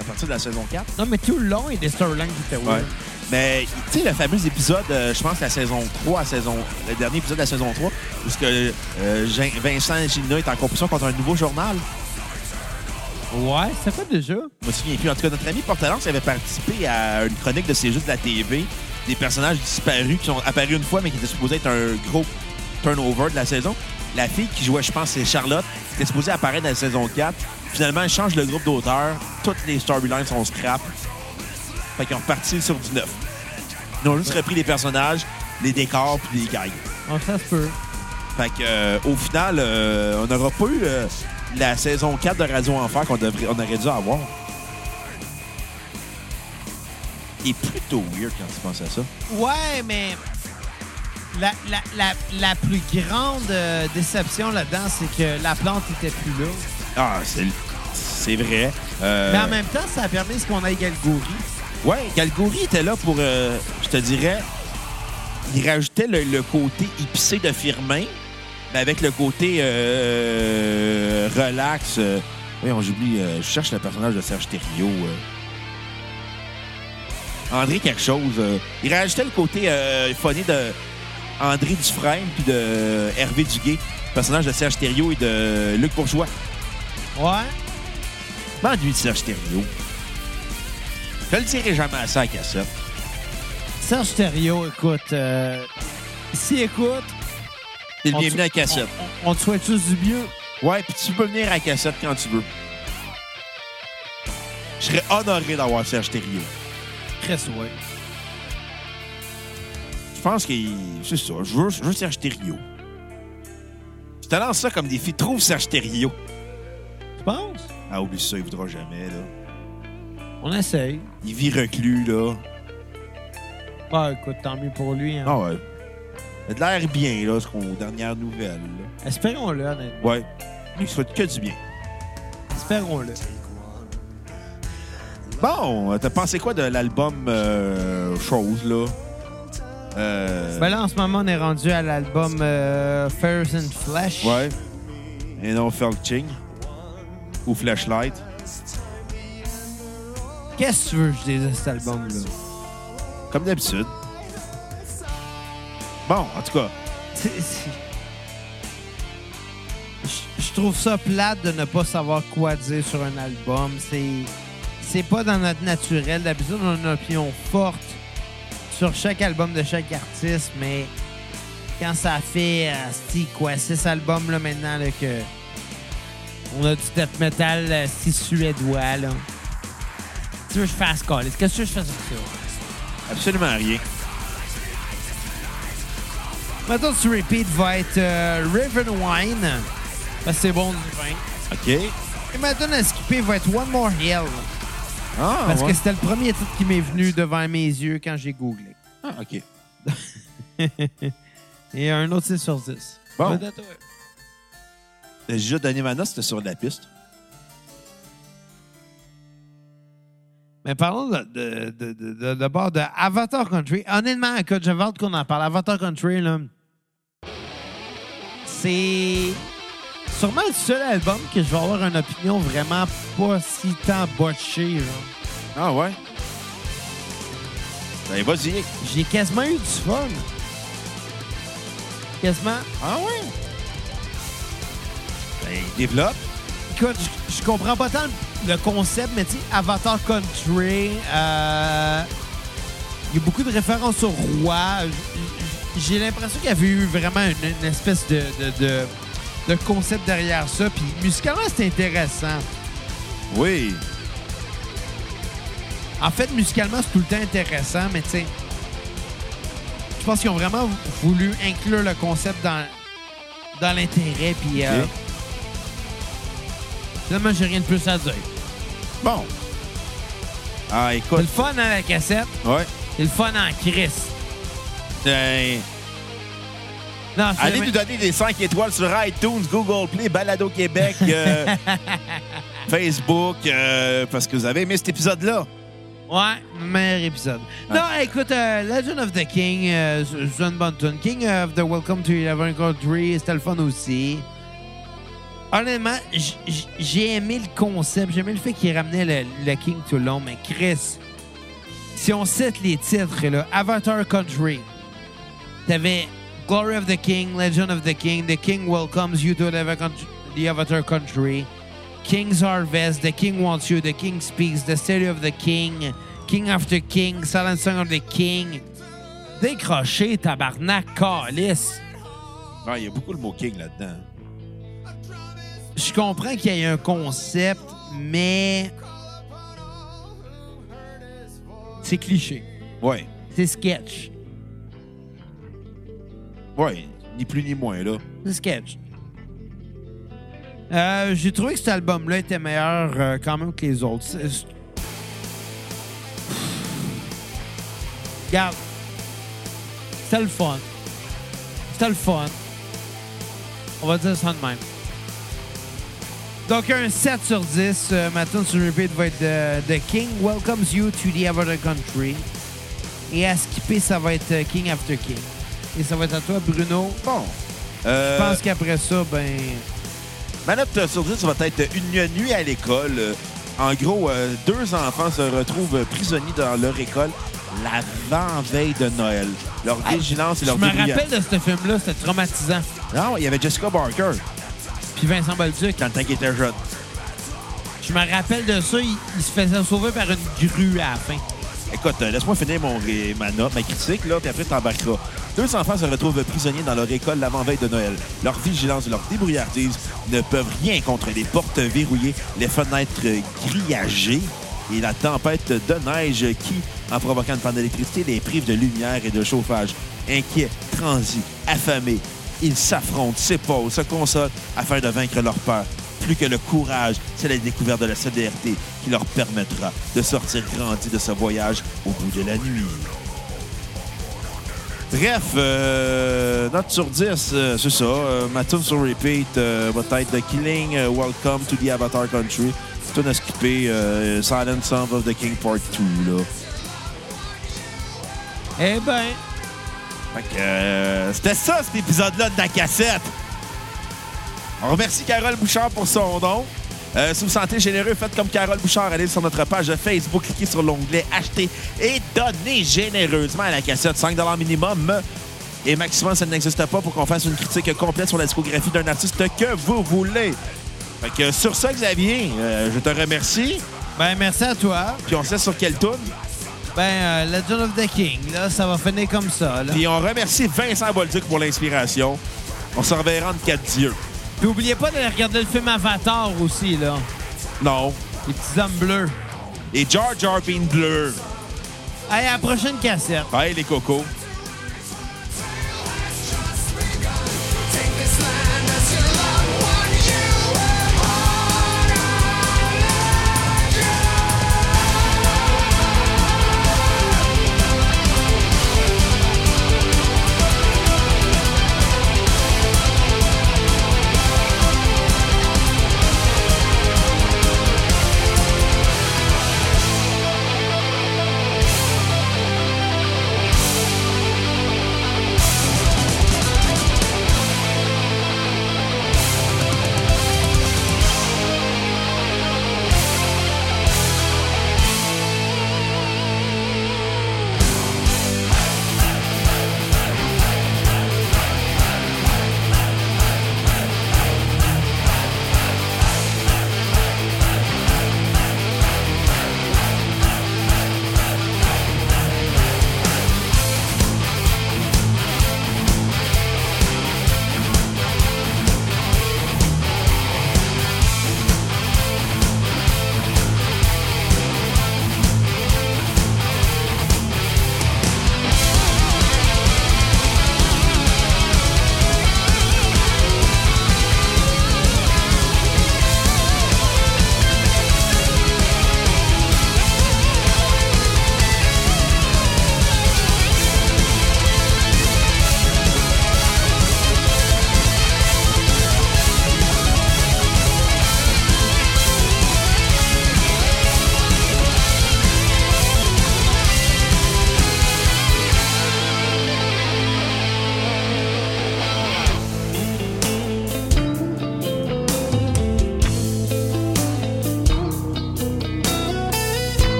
À partir de la saison 4. Non, mais tout le long, il y a des storylines qui étaient Ouais. weird. Mais tu sais, le fameux épisode, euh, je pense, la saison 3, à saison, le dernier épisode de la saison 3, où ce que, euh, Jean- Vincent Gina est en compétition contre un nouveau journal. Ouais, c'est quoi déjà? Je me souviens plus. En tout cas, notre ami Portalance avait participé à une chronique de C'est juste de la TV, des personnages disparus qui sont apparus une fois, mais qui étaient supposés être un gros turnover de la saison. La fille qui jouait, je pense, c'est Charlotte, qui était supposée apparaître dans la saison 4. Finalement, elle change le groupe d'auteurs. Toutes les storylines sont scrap. Fait qu'ils ont reparti sur du neuf. Ils ont juste repris les personnages, les décors, puis les gags. On ça se peut. Fait que, euh, au final, euh, on n'aura pas eu euh, la saison 4 de Radio Enfer qu'on devrait, on aurait dû avoir. Qui est plutôt weird quand tu penses à ça. Ouais, mais la, la, la, la plus grande euh, déception là-dedans, c'est que la plante était plus là. Ah, c'est, c'est vrai. Euh, Mais en même temps, ça a permis ce qu'on ait Galgouri. Ouais, Calgary était là pour, euh, je te dirais, il rajoutait le, le côté épicé de Firmin, mais avec le côté euh, relax. euh, voyons, j'oublie, euh, je cherche le personnage de Serge Thériault. euh. André quelque chose. euh, il rajoutait le côté euh, funny de André Dufresne puis de Hervé Duguay, personnage de Serge Thériault et de Luc Bourgeois. Ouais. M'ennuie de Serge Thériault. Je le dirai jamais assez à la cassette. Serge Thériault, écoute, euh, s'il écoute, T'es le On te- bienvenu à la cassette. on, on te souhaite tous du mieux. Ouais, puis tu peux venir à la cassette quand tu veux. Je serais honoré d'avoir Serge Thériault. Très souhait. Je pense que c'est ça. Je veux, je veux Serge Thériault. Je te lance ça comme défi. Trouve Serge Thériault. Tu penses? Ah, oublie ça, il voudra jamais, là. On essaye. Il vit reclus, là. Bah, écoute, tant mieux pour lui. hein. Ah ouais. Il a de l'air bien, là, ce qu'on dernière nouvelle. là. Espérons-le, honnêtement. Ouais. Il souhaite que du bien. Espérons-le. Bon, euh, t'as pensé quoi de l'album euh, Chose, là? Euh, Ben là, en ce moment, on est rendu à l'album euh, Fairs and Flesh. Ouais. Et non, Felching. Ou Flashlight. Qu'est-ce que tu veux que je dise de cet album-là? Comme d'habitude. Bon, en tout cas, C'est- c'est- Je je trouve ça plate de ne pas savoir quoi dire sur un album. C'est c'est pas dans notre naturel. D'habitude, on a une opinion forte sur chaque album de chaque artiste, mais quand ça fait euh, asti, quoi, six albums là, maintenant là, que on a du death metal euh, si suédois. Là. Tu veux que je fasse quoi? Qu'est-ce que tu veux que je fasse avec ça? absolument rien. Maintenant, tu repeat va être euh, Riven Wine. Parce que Ah, c'est bon du vin. OK. Et maintenant, à skipper va être One More Hill. Ah, Parce ouais. que c'était le premier titre qui m'est venu devant mes yeux quand j'ai googlé. Ah, OK. Et un autre 6 sur 10. Bon. Peut-être, ouais. Le jeu d'Animana, c'était sur la piste. Mais parlons de, de, de, de, de- d'abord de Avatar Country. Honnêtement, écoute, j'avais hâte qu'on en parle. Avatar Country, là, c'est sûrement le seul album que je vais avoir une opinion vraiment pas si tant botchée. Genre. Ah, ouais. Ben, vas-y. J'ai quasiment eu du fun. Quasiment. Ah, ouais. Ben, développe. Écoute, je- je comprends pas tant le concept, mais tu sais, Avatar Country, euh, il y a beaucoup de références au roi. J- J'ai l'impression qu'il y avait eu vraiment une, une espèce de, de, de, de concept derrière ça. Puis musicalement, c'était intéressant. Oui. En fait, musicalement, c'est tout le temps intéressant, mais tu sais, je pense qu'ils ont vraiment voulu inclure le concept dans, dans l'intérêt. Puis euh, Ok. finalement, j'ai rien de plus à dire. Bon. Ah, C'est le écoute. fun à la cassette, Ouais. c'est le fun en crise. Ben, Non, c'est Allez mais- nous donner des 5 étoiles sur iTunes, Google Play, Balado Québec, euh, Facebook, euh, parce que vous avez aimé cet épisode-là. Ouais, meilleur épisode. Ah. Non, écoute, euh, Legend of the King, euh, c'est une bonne tune. King of the Welcome to Eleven Country, c'était le fun aussi. Honnêtement, j- j- j'ai aimé le concept, j'ai aimé le fait qu'il ramenait le, le King tout le long, mais Chris, si on cite les titres, là, Avatar Country, t'avais Glory of the King, Legend of the King, The King Welcomes You to Eleven Country, The Avatar Country. King's Harvest, The King Wants You, The King Speaks, The Stereo of the King, King After King, Silent Song of the King. Décroché, tabarnak, calice. Ah, Il y a beaucoup le mot King là-dedans. Je comprends qu'il y ait un concept, mais. C'est cliché. Ouais, C'est sketch. ouais, ni plus ni moins, là. C'est sketch. Euh, J'ai trouvé que cet album-là était meilleur euh, quand même que les autres. C'est- c'est- Regarde. C'était le fun. C'était le fun. On va dire ça de même. Donc, un 7 sur 10. Euh, maintenant, sur repeat va être euh, The King Welcomes You to the Other Country. Et à skipper, ça va être euh, King After King. Et ça va être à toi, Bruno. Bon, Euh, Je pense qu'après ça, ben. Ma note sur 10 va être une nuit à l'école. Euh, En gros, euh, deux enfants se retrouvent prisonniers dans leur école l'avant-veille de Noël. Leur Hey, vigilance et Ah, Je leur me débrouillard- rappelle Ah. de ce film-là, c'était traumatisant. Non, il y avait Jessica Barker Puis Vincent Bolduc, dans le temps qu'il était jeune. je me rappelle de ça, il, il se faisait sauver par une grue à la fin. Écoute, euh, laisse-moi finir mon, ré- ma note, ma critique, là, puis après, t'embarqueras. Deux enfants se retrouvent prisonniers dans leur école l'avant-veille de Noël. Leur vigilance et leur débrouillardise ne peuvent rien contre les portes verrouillées, les fenêtres euh, grillagées et la tempête de neige qui, en provoquant une panne d'électricité, les prive de lumière et de chauffage. Inquiets, transis, affamés, ils s'affrontent, s'épaulent, se consolent afin de vaincre leur peur. Plus que le courage, c'est la découverte de la CDRT qui leur permettra de sortir grandi de ce voyage au bout de la nuit. Bref, euh, note sur 10, euh, c'est ça. Euh, ma tune sur repeat euh, va être The Killing, euh, Welcome to the Avatar Country. Tune à skipper, euh, Silent Song of the King Part 2, là. Eh ben, Fait que, euh, c'était ça, cet épisode-là de la cassette. On remercie Carole Bouchard pour son don. Euh, si vous sentez généreux, faites comme Carole Bouchard. Allez sur notre page Facebook, cliquez sur l'onglet Acheter et donnez généreusement à la cassette. 5 minimum et maximum, ça n'existe pas pour qu'on fasse une critique complète sur la discographie d'un artiste que vous voulez. Fait que, sur ça, Xavier, euh, je te remercie. ben merci à toi. Puis on sait sur quelle tune. Ben, euh, Legend of the King, là, ça va finir comme ça. Là. Puis on remercie Vincent Bolduc pour l'inspiration. On se reverra entre quatre dieux. Puis oubliez pas d'aller regarder le film Avatar aussi, là. Non. Les petits hommes bleus. Et Jar Jar Bean Blur. Allez, à la prochaine cassette. Bye les cocos. Take this line as your loved one. You were born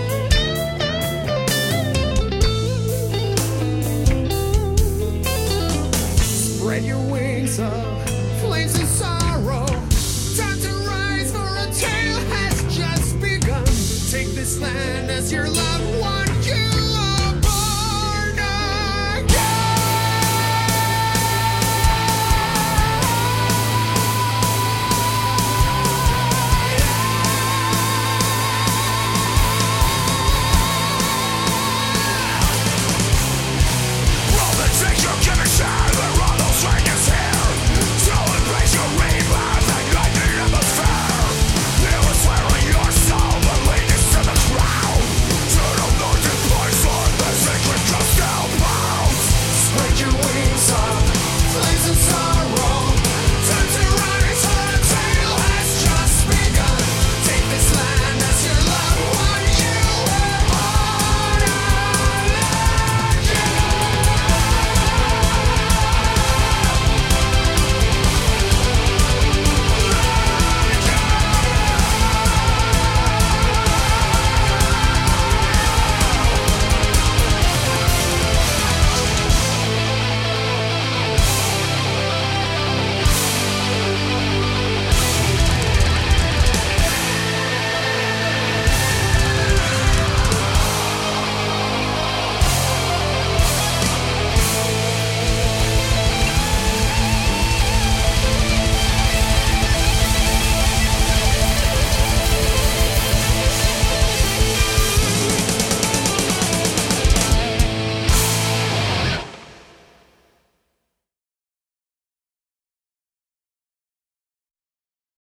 you. Spread your wings up.